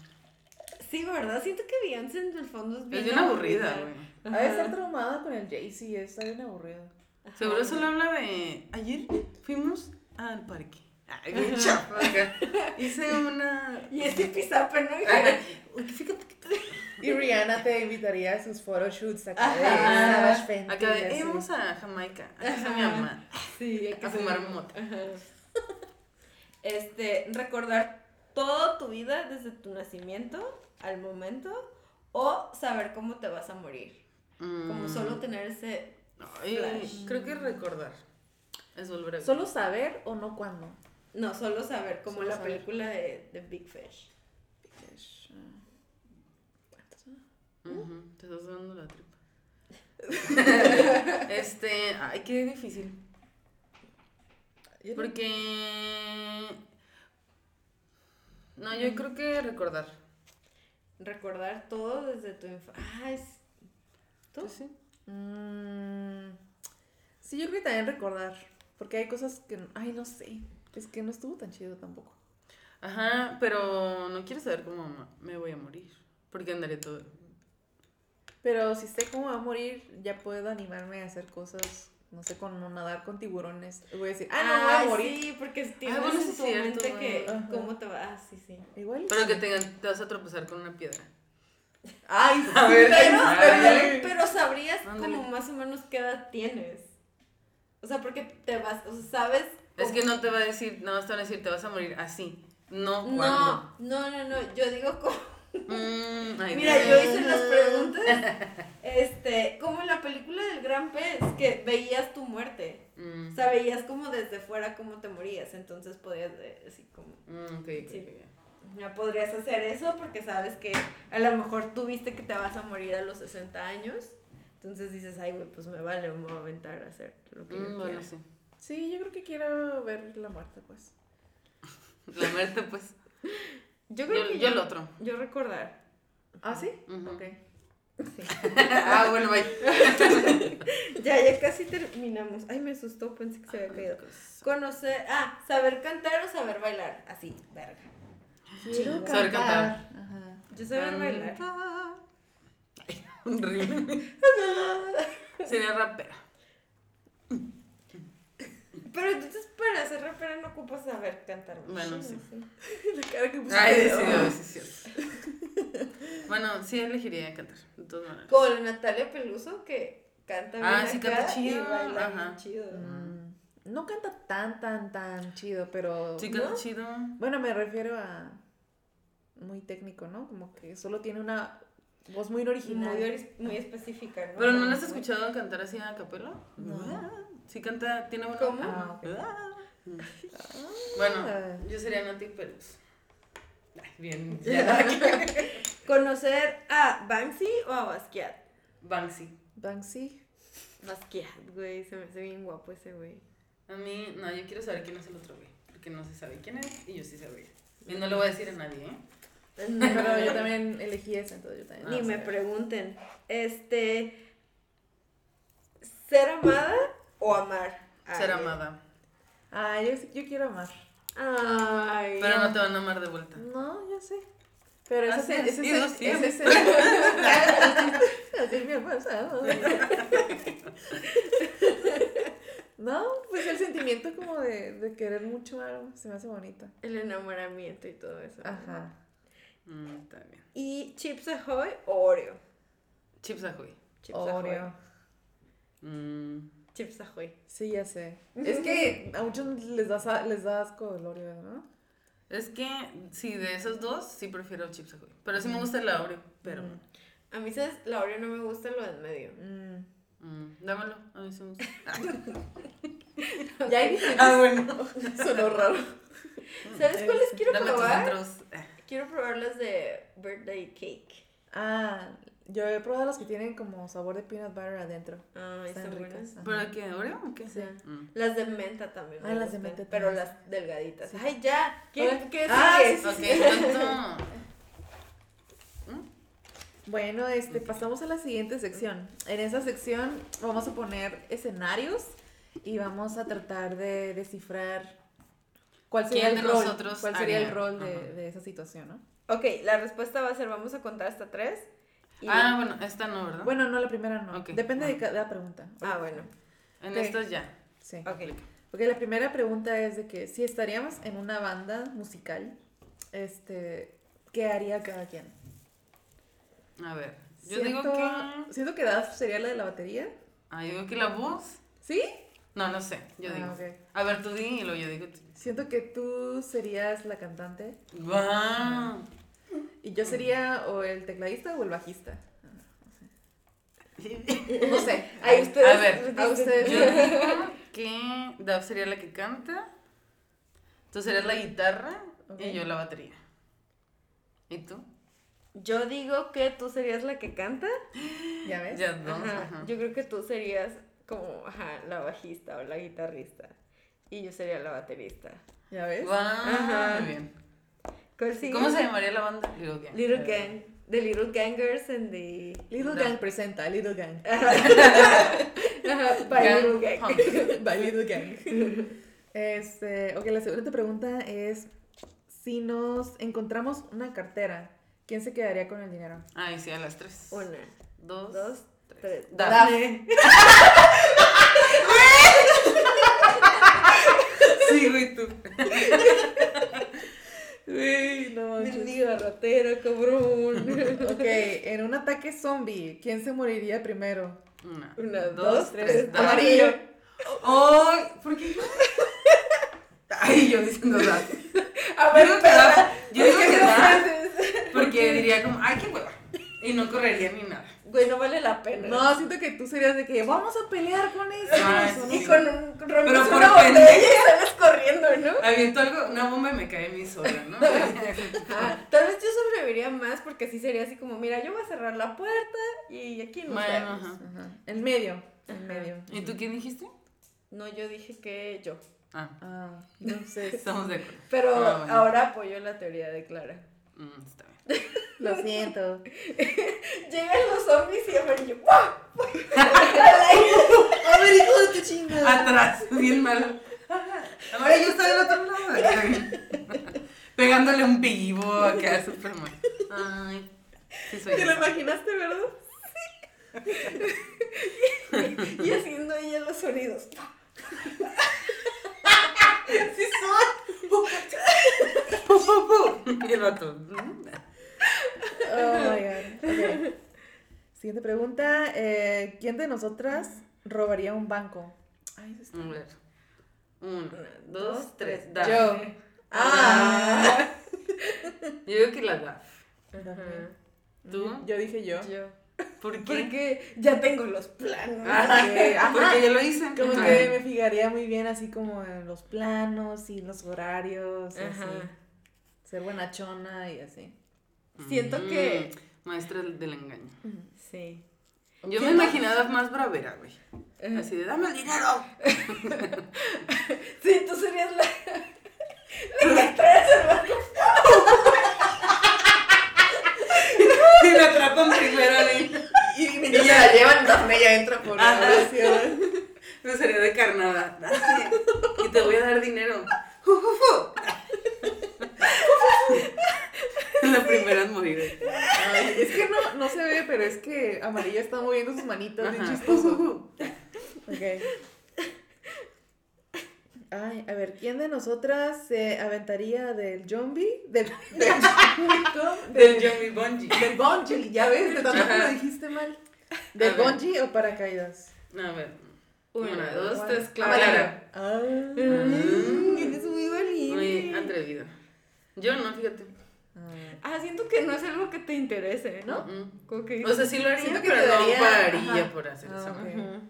S1: Sí, ¿verdad? Siento que Beyoncé en el fondo es bien
S2: Es bien aburrida, güey.
S3: Ha de estar traumada con el Jay-Z, está bien aburrido.
S1: Ajá.
S2: Seguro solo habla de. Ayer fuimos al parque. Ay, bien
S1: Ajá.
S2: chafa. acá. Hice una.
S1: Y ese pisape, ¿no?
S2: Ajá. Uy, Fíjate que.
S3: Y Rihanna te invitaría a sus photoshoots acá de
S1: Ajá.
S3: Savage Fenty.
S2: Acá
S3: y
S2: de.
S3: así.
S2: "Eh, vamos a Jamaica. Acá está mi
S1: Ajá.
S2: mamá.
S1: Sí, hay
S2: A fumar mota.
S1: Ajá. Este, recordar toda tu vida desde tu nacimiento al momento o saber cómo te vas a morir. Como
S2: Mm.
S1: solo tener ese...
S2: Ay,
S1: Flash.
S2: creo que recordar. Es volver a ver.
S3: Solo saber o no cuándo.
S1: No, solo saber, como
S2: Solo
S1: la
S2: saber.
S1: película de, de Big Fish.
S2: Ujú, Te estás dando la tripa. este, ay, qué difícil.
S3: Yo no-
S2: Porque. No, yo creo que recordar.
S1: Recordar todo desde tu infancia. Ah, es... ¿Tú?
S2: Pues sí.
S3: Mm, sí, yo creo que también recordar. Porque hay cosas que. Ay, no sé. Es que no estuvo tan chido tampoco.
S2: Ajá, pero no quiero saber cómo ma- me voy a morir. Porque andaré todo.
S3: Pero si sé cómo va a morir, ya puedo animarme a hacer cosas no sé, con nadar con tiburones, voy a decir, ah, no, voy a morir.
S1: sí, porque tienes
S2: Ah, bueno, sí
S1: en
S2: es
S1: tu
S2: cierto,
S1: mente que
S3: ajá.
S1: cómo te va. Ah, sí, sí.
S3: Igual. y
S2: Pero
S3: sí.
S2: que tengan, te vas a tropezar con una piedra.
S3: Ay,
S2: A
S3: sí,
S2: ver,
S1: Pero,
S2: ay,
S1: pero, pero sabrías
S2: Ándale.
S1: como más o menos qué edad tienes. O sea, porque te vas, o sea, sabes.
S2: Es que no te va a decir, no te va a decir, te vas a morir así. No, ¿cuándo?
S1: No, no, no, no, yo digo como...
S2: Mm, ay,
S1: Mira,
S2: Dios.
S1: yo hice las preguntas, este, como en la película del gran pez, que veías tu muerte.
S2: Mm,
S1: O sea, veías como desde fuera cómo te morías, entonces podías eh, así como...
S2: mm, ok, ok,
S1: Sí.
S2: ok.
S1: No podrías hacer eso porque sabes que a lo mejor tú viste que te vas a morir a los 60 años. Entonces dices, ay, güey, pues me vale, me voy a aventar a hacer lo que
S2: Mm,
S1: yo
S2: bueno,
S1: quiera.
S2: sí.
S3: Sí, yo creo que quiero ver la muerte, pues.
S2: La muerte, pues.
S1: Yo creo
S2: Yo,
S1: que
S2: yo
S1: yo,
S2: el otro.
S1: yo recordar.
S3: ¿Ah, sí?
S2: Ujú.
S3: Ok.
S2: ah, bueno, bye.
S1: Ya, ya casi terminamos. Ay, me asustó, pensé que se
S2: Ah,
S1: había caído. Conocer, ah, saber cantar o saber bailar. Así, verga.
S3: Quiero
S2: Saber cantar.
S3: Ajá.
S1: Yo saber bailar.
S2: Ay, Un ritmo. Sería rapera.
S1: Pero entonces para ser rapera no ocupas saber cantar. ¿no?
S2: Bueno, sí.
S3: La cara que puse.
S2: Ay, sí, a veces sí, cierto. Bueno, sí elegiría cantar. De todas maneras.
S1: Como la Natalia Peluso que canta bien
S2: Ah, sí,
S1: acá
S2: canta
S1: y
S2: chido,
S1: baila
S2: ajá.
S1: bien chido.
S3: Mm, No canta tan, tan, tan chido, pero.
S2: Sí, canta chido.
S3: Bueno, me refiero a. Muy técnico, ¿no? Como que solo tiene una voz muy
S1: Muy,
S3: original.
S1: ori- muy específica, ¿no?
S2: Pero no la has escuchado cantar así a capela?
S3: No.
S2: Sí canta, tiene buena
S1: ¿Cómo?
S3: Ah, ok. Ah.
S2: Bueno, yo sería Nati Pelos. Ay, Bien, ya.
S1: ¿Conocer a Banksy o a Basquiat?
S2: Banksy.
S3: Banksy.
S1: Basquiat, güey, se me hace bien guapo ese güey.
S2: A mí, no, yo quiero saber quién es el otro güey. Porque no se sabe quién es y yo sí sabía. Y no lo voy a decir a nadie, ¿eh?
S3: Pero yo también elegí esa, entonces yo también.
S1: Ni
S2: Ah,
S1: me
S2: sí.
S1: pregunten. Este. ¿Ser amada o amar? a
S2: Ser
S1: alguien?
S2: amada.
S3: Ah, yo, yo quiero amar.
S1: Ay.
S2: Pero no te van a amar de vuelta.
S3: No, ya sé. Pero ese
S2: Así ha
S3: es el-
S2: sido
S3: ese es el-
S2: siempre.
S3: ese es el- Así es mi pasado. No, pues el sentimiento como de, de querer mucho algo se me hace bonito.
S1: El enamoramiento y todo eso.
S3: Ajá.
S2: Mm, está bien.
S1: ¿Y Chips Ahoy o Oreo?
S2: Chips Ahoy.
S1: Chips Ahoy.
S3: Oreo.
S2: Mm,
S1: Chips Ahoy.
S3: ¿eh? Sí, ya sé. Es que a muchos les da, sa- les da asco el Oreo, ¿no?
S2: Es que, sí, de esos dos, sí prefiero Chips Ahoy. Pero sí me gusta el Oreo, pero...
S3: Mm.
S1: A mí, ¿sabes? La Oreo no me gusta lo del medio.
S3: Mm.
S2: mm, dámelo, a mí sí me gusta.
S3: Ya hay diferentes.
S2: Ah, bueno.
S3: Sonó raro.
S1: ¿Sabes cuáles quiero
S2: Dame tus Ah.
S1: probar?
S2: otros.
S1: Quiero probar las de Birthday Cake.
S3: Ah, yo he probado las que tienen como sabor de peanut butter adentro.
S1: Ay,
S3: Están
S1: están
S3: ricas.
S1: buenas.
S2: ¿Pero
S3: Ajá.
S2: qué? ¿Oreo o qué?
S1: Sí.
S2: Mm.
S1: Las de menta también. me
S3: Ah, las de
S1: gustan,
S3: menta
S1: Pero
S3: también.
S1: las delgaditas.
S3: Sí.
S1: Ay, ya. ¿Qué,
S3: Oye.
S1: qué
S3: Ah,
S1: sigue?
S3: sí,
S2: Ok, ¿cuánto?
S3: Bueno, este, pasamos a la siguiente sección. En esa sección vamos a poner escenarios y vamos a tratar de descifrar cuál sería
S2: ¿Quién
S3: el
S2: de
S3: rol,
S2: nosotros
S3: cuál sería el
S2: haría?
S3: rol de,
S2: Ajá.
S3: de esa situación, ¿no?
S1: Ok, la respuesta va a ser, vamos a contar hasta tres. y-
S2: Ah, bueno, esta no, ¿verdad?
S3: Bueno, no, la primera no.
S2: Ok.
S3: Depende de
S2: Ah.
S3: cada pregunta.
S1: Ah, bueno.
S2: en
S3: ok.
S2: estas ya.
S3: Sí.
S1: Ok.
S3: Ok, la primera pregunta es de que si estaríamos en una banda musical, este, ¿qué haría cada quien?
S2: A ver, yo digo
S3: Siento-
S2: que...
S3: Siento que Daf sería la de la batería.
S2: Ah, yo digo que la voz...
S3: ¿Sí?
S2: No, no sé, yo
S3: Ah,
S2: digo.
S3: ok.
S2: A ver, tú di y luego yo digo... tú.
S3: Siento que tú serías la cantante.
S2: ¡Guau!
S3: Y yo sería o el tecladista o el bajista. No sé.
S1: Ahí ustedes.
S2: A ver,
S3: a ustedes.
S2: Yo digo que Daf sería la que canta, tú serías la guitarra
S3: Ok.
S2: y yo la batería. ¿Y tú?
S1: Yo digo que tú serías la que canta.
S3: ¿Ya ves?
S2: Ya dos,
S1: Ajá,
S2: ajá.
S1: Yo creo que tú serías como ajá, la bajista o la guitarrista. Y yo sería la baterista.
S3: ¿Ya ves?
S2: Guau,
S1: Ajá.
S2: Muy bien.
S1: ¿Cuál sigue?
S2: ¿Cómo se Eh. llamaría la banda? Little Gang.
S1: Little Gang. The Little Gangers and the.
S3: Little
S2: No.
S3: Gang presenta, Little Gang.
S1: Ajá, by
S2: Gang
S1: Little Gang.
S2: Punk.
S3: By Little Gang. Este, ok, la segunda pregunta es, si nos encontramos una cartera, ¿quién se quedaría con el dinero?
S2: Ay, sí, a las tres.
S1: Una,
S2: Dos,
S1: dos,
S2: tres.
S1: Dafne.
S2: Sí, güey, tú.
S3: Güey, no manches.
S1: Mendigo ratero, cabrón.
S3: Ok, en un ataque zombie, ¿quién se moriría primero?
S2: Una,
S1: Una, dos, tres.
S2: Dafne.
S1: Amarillo.
S2: ¡Ay! ¿Por qué? Ay, yo diciendo Dafne.
S1: A
S2: Yo digo que Dafne. Yo digo que
S1: no
S2: Dafne,
S1: haces?
S2: Porque diría como, ay, qué hueva. Y no correría ni nada.
S1: Güey, no vale la pena.
S3: No, siento que tú serías de que vamos a pelear con eso.
S2: Ah,
S3: ¿no?
S2: sí.
S1: Y con un con rompes
S2: Pero por
S1: una botella
S2: pendeja.
S1: y sales corriendo, ¿no?
S2: Aviento algo, una bomba y me cae mi sola, ¿no?
S1: Ah, tal vez yo sobreviviría más porque sí sería así como, mira, yo voy a cerrar la puerta y aquí nos
S2: Bueno,
S1: vemos.
S2: ajá.
S3: Ajá. En medio.
S1: Ajá.
S3: En medio.
S2: ¿Y tú qué dijiste?
S1: No, yo dije que yo.
S2: Ah,
S3: Ah, no sé.
S2: estamos de acuerdo.
S1: Pero
S2: Ah, bueno.
S1: ahora apoyo la teoría de Clara.
S2: Mm, está bien.
S3: Lo siento.
S1: Llegan los zombies y abren yo. ¡pah!
S3: A ver, hijo de tu chingada.
S2: Atrás, bien malo. Ahora yo estoy del otro lado. Está bien. Pegándole un vivo acá, súper mal. Ay, sí soy
S1: ¿Te lo
S2: yo.
S1: imaginaste, verdad? Sí. Y haciendo ella los sonidos.
S2: Sí soy. Pu, pu, pu. Y el vato. mm.
S3: Oh my god. Ok. Siguiente pregunta. eh, ¿Quién de nosotras robaría un banco? Ay, eso está-
S2: A ver. Uno,
S1: Una,
S2: dos, tres. Daf. Yo.
S3: Yo.
S1: Ah.
S2: digo que la Daf.
S1: Ajá.
S2: ¿Tú?
S3: Mm, Yo dije yo.
S1: Yo.
S2: ¿Por qué?
S1: Porque ya tengo los planos.
S2: Ah,
S3: Porque- ajá.
S2: porque yo lo hice.
S3: Como
S2: Ah.
S3: que me fijaría muy bien así como en los planos y los horarios. y Así.
S1: Ajá.
S3: Ser buenachona y así.
S1: Siento que-
S2: Mm, Maestra del del engaño.
S1: Sí.
S2: Yo me imaginaba más bravera, güey. Así de, dame el dinero.
S1: Sí, tú serías la.
S2: Y me atrapan primero a mí.
S3: Y
S2: Y ya la
S3: llevan, Dafne ya entra por
S2: la Me sería de carnada. Y te voy a dar dinero. Ju, ju, ju. La primera en morir.
S3: Es que no, no se ve, pero es que Amarilla está moviendo sus manitas bien
S2: Ajá.
S3: chistoso. Ok. Ay, a ver, ¿quién de nosotras se aventaría del zombie? Del, del,
S2: Del Johnny Bungie.
S3: del bungee, ya ves, de tanto que lo
S2: Ajá.
S3: dijiste mal. ¿Del
S2: A ver.
S3: bungee o paracaídas?
S2: A ver.
S1: Una,
S2: Una, dos,
S3: Juan.
S2: tres,
S3: Amarillo.
S2: Clara.
S3: Ah.
S2: Mm.
S1: Eres muy valiente.
S2: Muy atrevida. Yo no, fíjate.
S3: Ah.
S1: Ah, siento que no es algo que te interese, ¿no?
S2: Mm.
S1: Como que
S2: O sea, sí lo haría,
S3: Siento que
S2: pero
S3: te
S2: no
S3: daría-
S2: pararía
S3: ajá.
S2: por hacer
S3: Ah,
S2: eso. ¿no?
S3: ok.
S1: Ujú.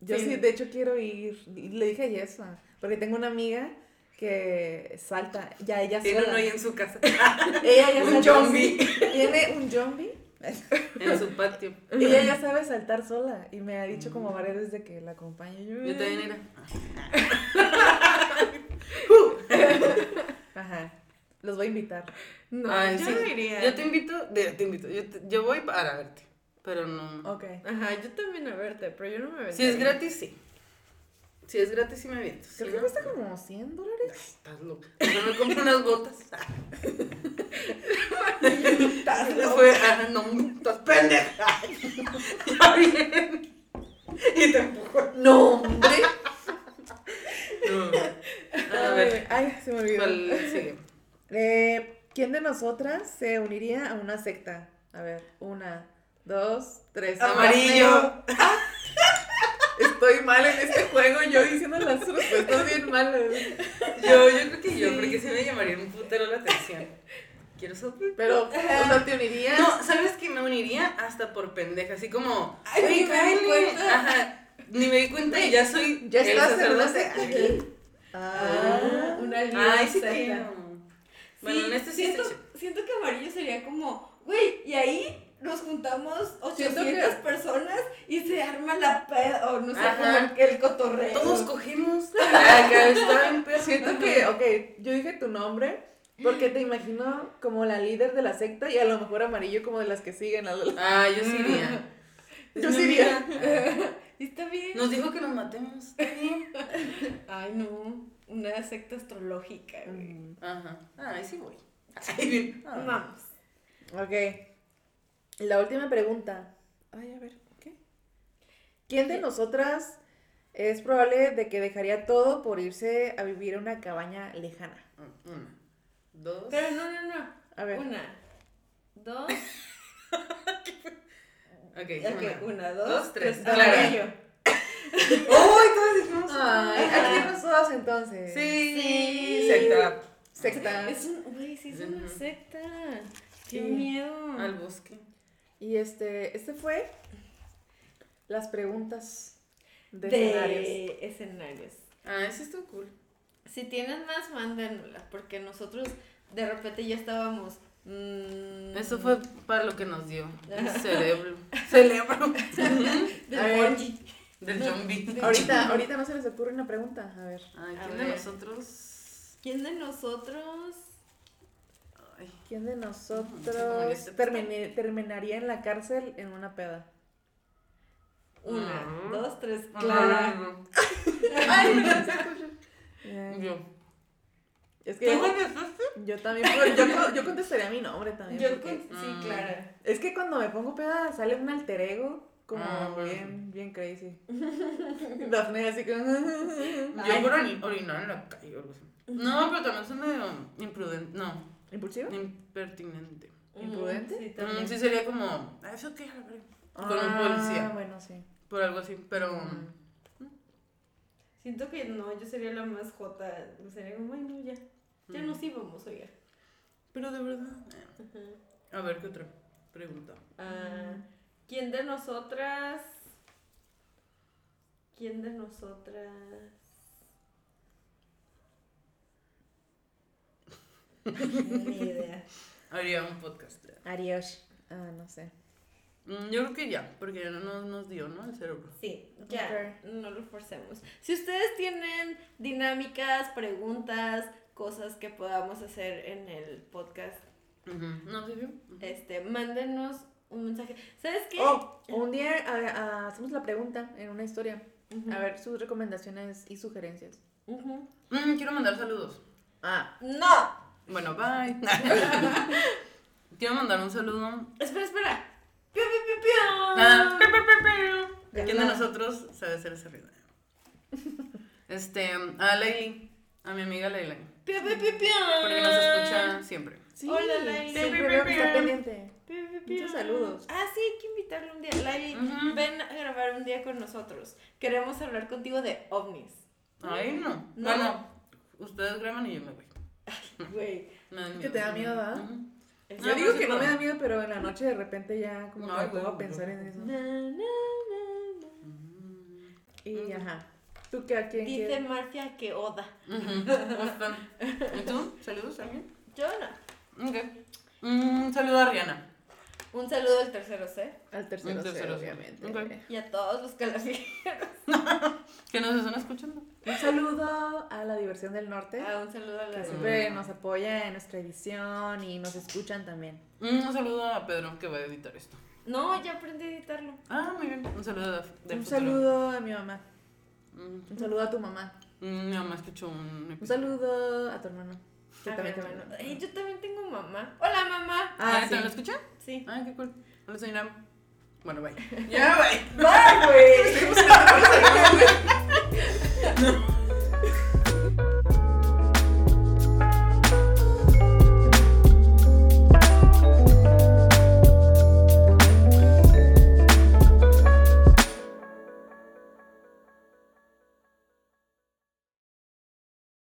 S3: Yo
S1: Sí.
S3: sí, de hecho quiero ir. Le dije a Yesma, porque tengo una amiga que salta, ya ella
S2: Tiene
S3: sola.
S2: uno ahí en su casa,
S3: Ella ya
S2: un
S3: salta
S2: zombie
S3: así. Tiene un zombie.
S2: en su patio.
S3: Ella ya sabe saltar sola y me ha dicho como varias veces de que la acompaño. Yo,
S2: Mm. Yo también era.
S3: Ajá. Los voy a invitar.
S1: No,
S2: Ay,
S1: yo
S2: sí.
S1: no iría.
S2: Yo te invito, de- te invito, yo, te- yo voy para verte, pero no.
S3: Ok.
S1: Ajá, yo también a verte, pero yo no me aventaría.
S2: Si es gratis, sí. Si es gratis, sí me aviento. Si
S3: Creo
S2: no,
S3: que cuesta como 100 dólares.
S2: Estás loca. Yo me compro unas botas.
S1: Estás
S2: Después,
S1: loca.
S2: ah, no, estás pendeja. Ya bien. Y te empujo.
S3: No, hombre.
S2: A ver,
S3: Ay, se me olvidó.
S2: ¿cuál sigue?
S3: Eh, ¿Quién de nosotras se uniría a una secta? A ver, una, dos, tres.
S2: Amarillo.
S3: Estoy mal en este juego, yo diciendo las respuestas bien malas.
S2: Yo, yo creo que yo, porque sí me llamaría un putero la atención. Quiero soplar.
S3: Pero, o sea, ¿te unirías?
S2: No, ¿sabes que Me uniría hasta por pendeja, así como,
S1: Ay,
S2: "Ey,
S1: ni me di
S2: Kylie".
S1: cuenta.
S2: Ajá, ni me di cuenta y ya soy
S3: Ya estás en una
S2: sacerdote.
S3: secta.
S2: Ay,
S1: Ah, una alianza.
S2: Ay, sí creo. Bueno, en este sí
S1: siento,
S2: estoy-
S1: siento que amarillo sería como, güey, y ahí nos juntamos 800
S3: Siento que-
S1: personas y se arma la peda, o no sé,
S2: Ajá.
S1: como el cotorreo.
S2: Todos cogemos. Acá está bien perro.
S3: Siento que, ok, yo dije tu nombre porque te imagino como la líder de la secta y a lo mejor amarillo como de las que siguen. a la-
S2: Ah, yo sí iría. Es
S3: Yo
S2: mi
S3: sí iría.
S2: amiga.
S1: Y está bien.
S2: Nos dijo que nos matemos. Está bien.
S1: Ay, no. Una secta astrológica, güey.
S2: Ajá. Ah, ahí sí voy. Ahí bien. Ah.
S1: Vamos.
S3: Ok. La última pregunta. Ay, a ver, ¿qué? ¿Quién de nosotras es probable de que dejaría todo por irse a vivir a una cabaña lejana?
S2: Una, dos.
S1: Pero no, no, no.
S3: A ver.
S1: Una, dos,
S2: Ok,
S1: ok,
S2: una.
S1: una, dos,
S2: Dos, tres.
S1: Clara.
S2: ¡Uy! Todos dijimos.
S3: Ay,
S1: Ajá.
S3: aquí nos todas entonces.
S2: Sí.
S1: Sí.
S2: Secta.
S3: Secta.
S1: Es un, güey, sí es una
S2: Ujú. Ah,
S1: secta.
S3: Ah. Sí.
S1: Qué miedo.
S2: Al bosque.
S3: Y este, este fue las preguntas de,
S1: de,
S3: escenarios.
S1: escenarios.
S2: Ah, ese estuvo cool.
S1: Si tienen más, mándenlas, porque nosotros de repente ya estábamos. mm,
S2: Eso fue para lo que nos dio. El cerebro.
S3: Celebro.
S1: del
S3: A ver.
S1: bungee.
S2: Del zombie.
S3: Ahorita, ahorita no se les ocurre una pregunta. A ver,
S2: Ay,
S1: A
S2: ¿quién de
S1: ver.
S2: nosotros?
S1: ¿Quién de nosotros?
S2: Ay,
S3: ¿quién de
S2: Como que
S3: nosotros
S2: se-
S3: termine- terminaría en la cárcel en una peda?
S1: Una,
S2: Mm.
S1: dos, tres,
S2: Clara.
S1: Clara.
S2: Ay, no se escucha.
S3: Eh,
S2: Yo.
S3: Es
S2: ¿Tú
S3: que yo también, pero yo, co- yo contestaría mi nombre también.
S1: Yo
S3: porque-
S1: con- Sí,
S2: Mm.
S1: Clara.
S3: Es que cuando me pongo peda sale un alter ego como
S2: Ah, bueno.
S3: bien, bien crazy. Daphne así como...
S2: Yo por ori- orinar en la calle o algo así. No, pero también soy medio imprudente. No,
S3: ¿Impulsiva?
S2: impertinente.
S3: ¿Imprudente?
S1: Mm, Sí,
S2: Mm,
S1: también.
S2: sí, sería como. Ah, eso qué, Gabriel?" Con un
S3: Ah,
S2: policía.
S3: bueno, sí.
S2: Por algo así. Pero.
S1: Siento que no, yo sería la más jota. Sería como, ay, no, ya. Ya nos íbamos, oiga.
S2: Pero de verdad. eh. A ver, ¿qué otra pregunta?
S1: Ah, ¿Quién de nosotras? ¿Quién de nosotras? Ni idea.
S2: Haría un podcast.
S3: Arios. Ah, no sé.
S2: Mm, Yo creo que ya, porque ya no nos, nos dio, ¿no? El cerebro.
S1: Sí, ya, no lo forcemos. Si ustedes tienen dinámicas, preguntas, cosas que podamos hacer en el podcast,
S2: ¿No se vio?
S1: este, mándenos un mensaje. ¿Sabes qué?
S3: Oh, un día a- a- hacemos la pregunta en una historia.
S1: Ujú,
S3: A ver sus recomendaciones y sugerencias.
S1: ujú.
S2: Mm, quiero mandar saludos.
S3: Ah,
S1: No.
S2: Bueno, bye. quiero mandar un saludo.
S1: Espera, espera. Piu, piu, piu, piu.
S2: Ah, pe, pe, pe, pe.
S3: Ya.
S2: ¿Quién de nosotros sabe hacer ese ruido? Este, a Laili, a mi amiga Laila,
S1: Piu, piu, piu, piu.
S2: porque nos escucha siempre.
S3: Ah. sí.
S1: Hola, Laila.
S3: Siempre veo que está pendiente.
S1: Piu, piu, piu.
S3: Muchos saludos.
S1: Ah, sí, hay que invitarle un día. Laili,
S2: Ujú.
S1: ven a grabar un día con nosotros. Queremos hablar contigo de ovnis.
S2: Ay, no.
S1: No.
S2: Bueno, ustedes graban y yo me voy.
S1: Güey.
S2: Me dan
S3: Que te da miedo, ¿verdad?
S2: Ujú.
S1: es-
S2: No,
S3: Yo digo
S2: pero sí
S3: que no me
S2: puedo.
S3: da miedo, pero en la noche de repente ya como que
S2: Ay,
S3: me pongo
S2: güey,
S3: a pensar en eso.
S1: Na, na, na, na.
S3: Y ajá. ¿Tú qué a quién
S1: Dice
S3: quieres?
S1: Marcia que Oda.
S2: Ujú. Están. ¿Y tú? ¿Saludos también?
S1: Yo no.
S2: Ok. Mm, saludo a Rihanna.
S1: Un saludo al tercero C
S3: Al tercero,
S2: Un tercero,
S3: cero,
S2: sí.
S3: obviamente.
S2: Ok.
S1: y a todos los que la siguen.
S2: Que nos están escuchando.
S3: Un saludo a la diversión del norte.
S1: Ah, un saludo a la
S3: ¿Eh? que
S1: de-
S3: siempre nos apoya en nuestra edición y nos escuchan también.
S2: Mm, un saludo a Pedro, que va a editar esto.
S1: No, ya aprendí a editarlo.
S2: Ah, muy bien. Un saludo a de
S3: un
S2: futuro.
S3: saludo a mi mamá.
S2: Mm.
S3: Un saludo a tu mamá.
S2: Mm, Nada más que hecho un
S3: Un
S2: episodio.
S3: saludo a tu hermano. que
S1: A mi
S3: también te-
S1: hermano. Ey, Ah, yo también tengo mamá. Hola, mamá.
S2: Ah,
S3: Ah, sí.
S2: ¿te lo escuché?
S1: Sí.
S2: Ah, qué cool. Hola, señora. Bueno, bye. Ya, bye.
S3: Bye, güey.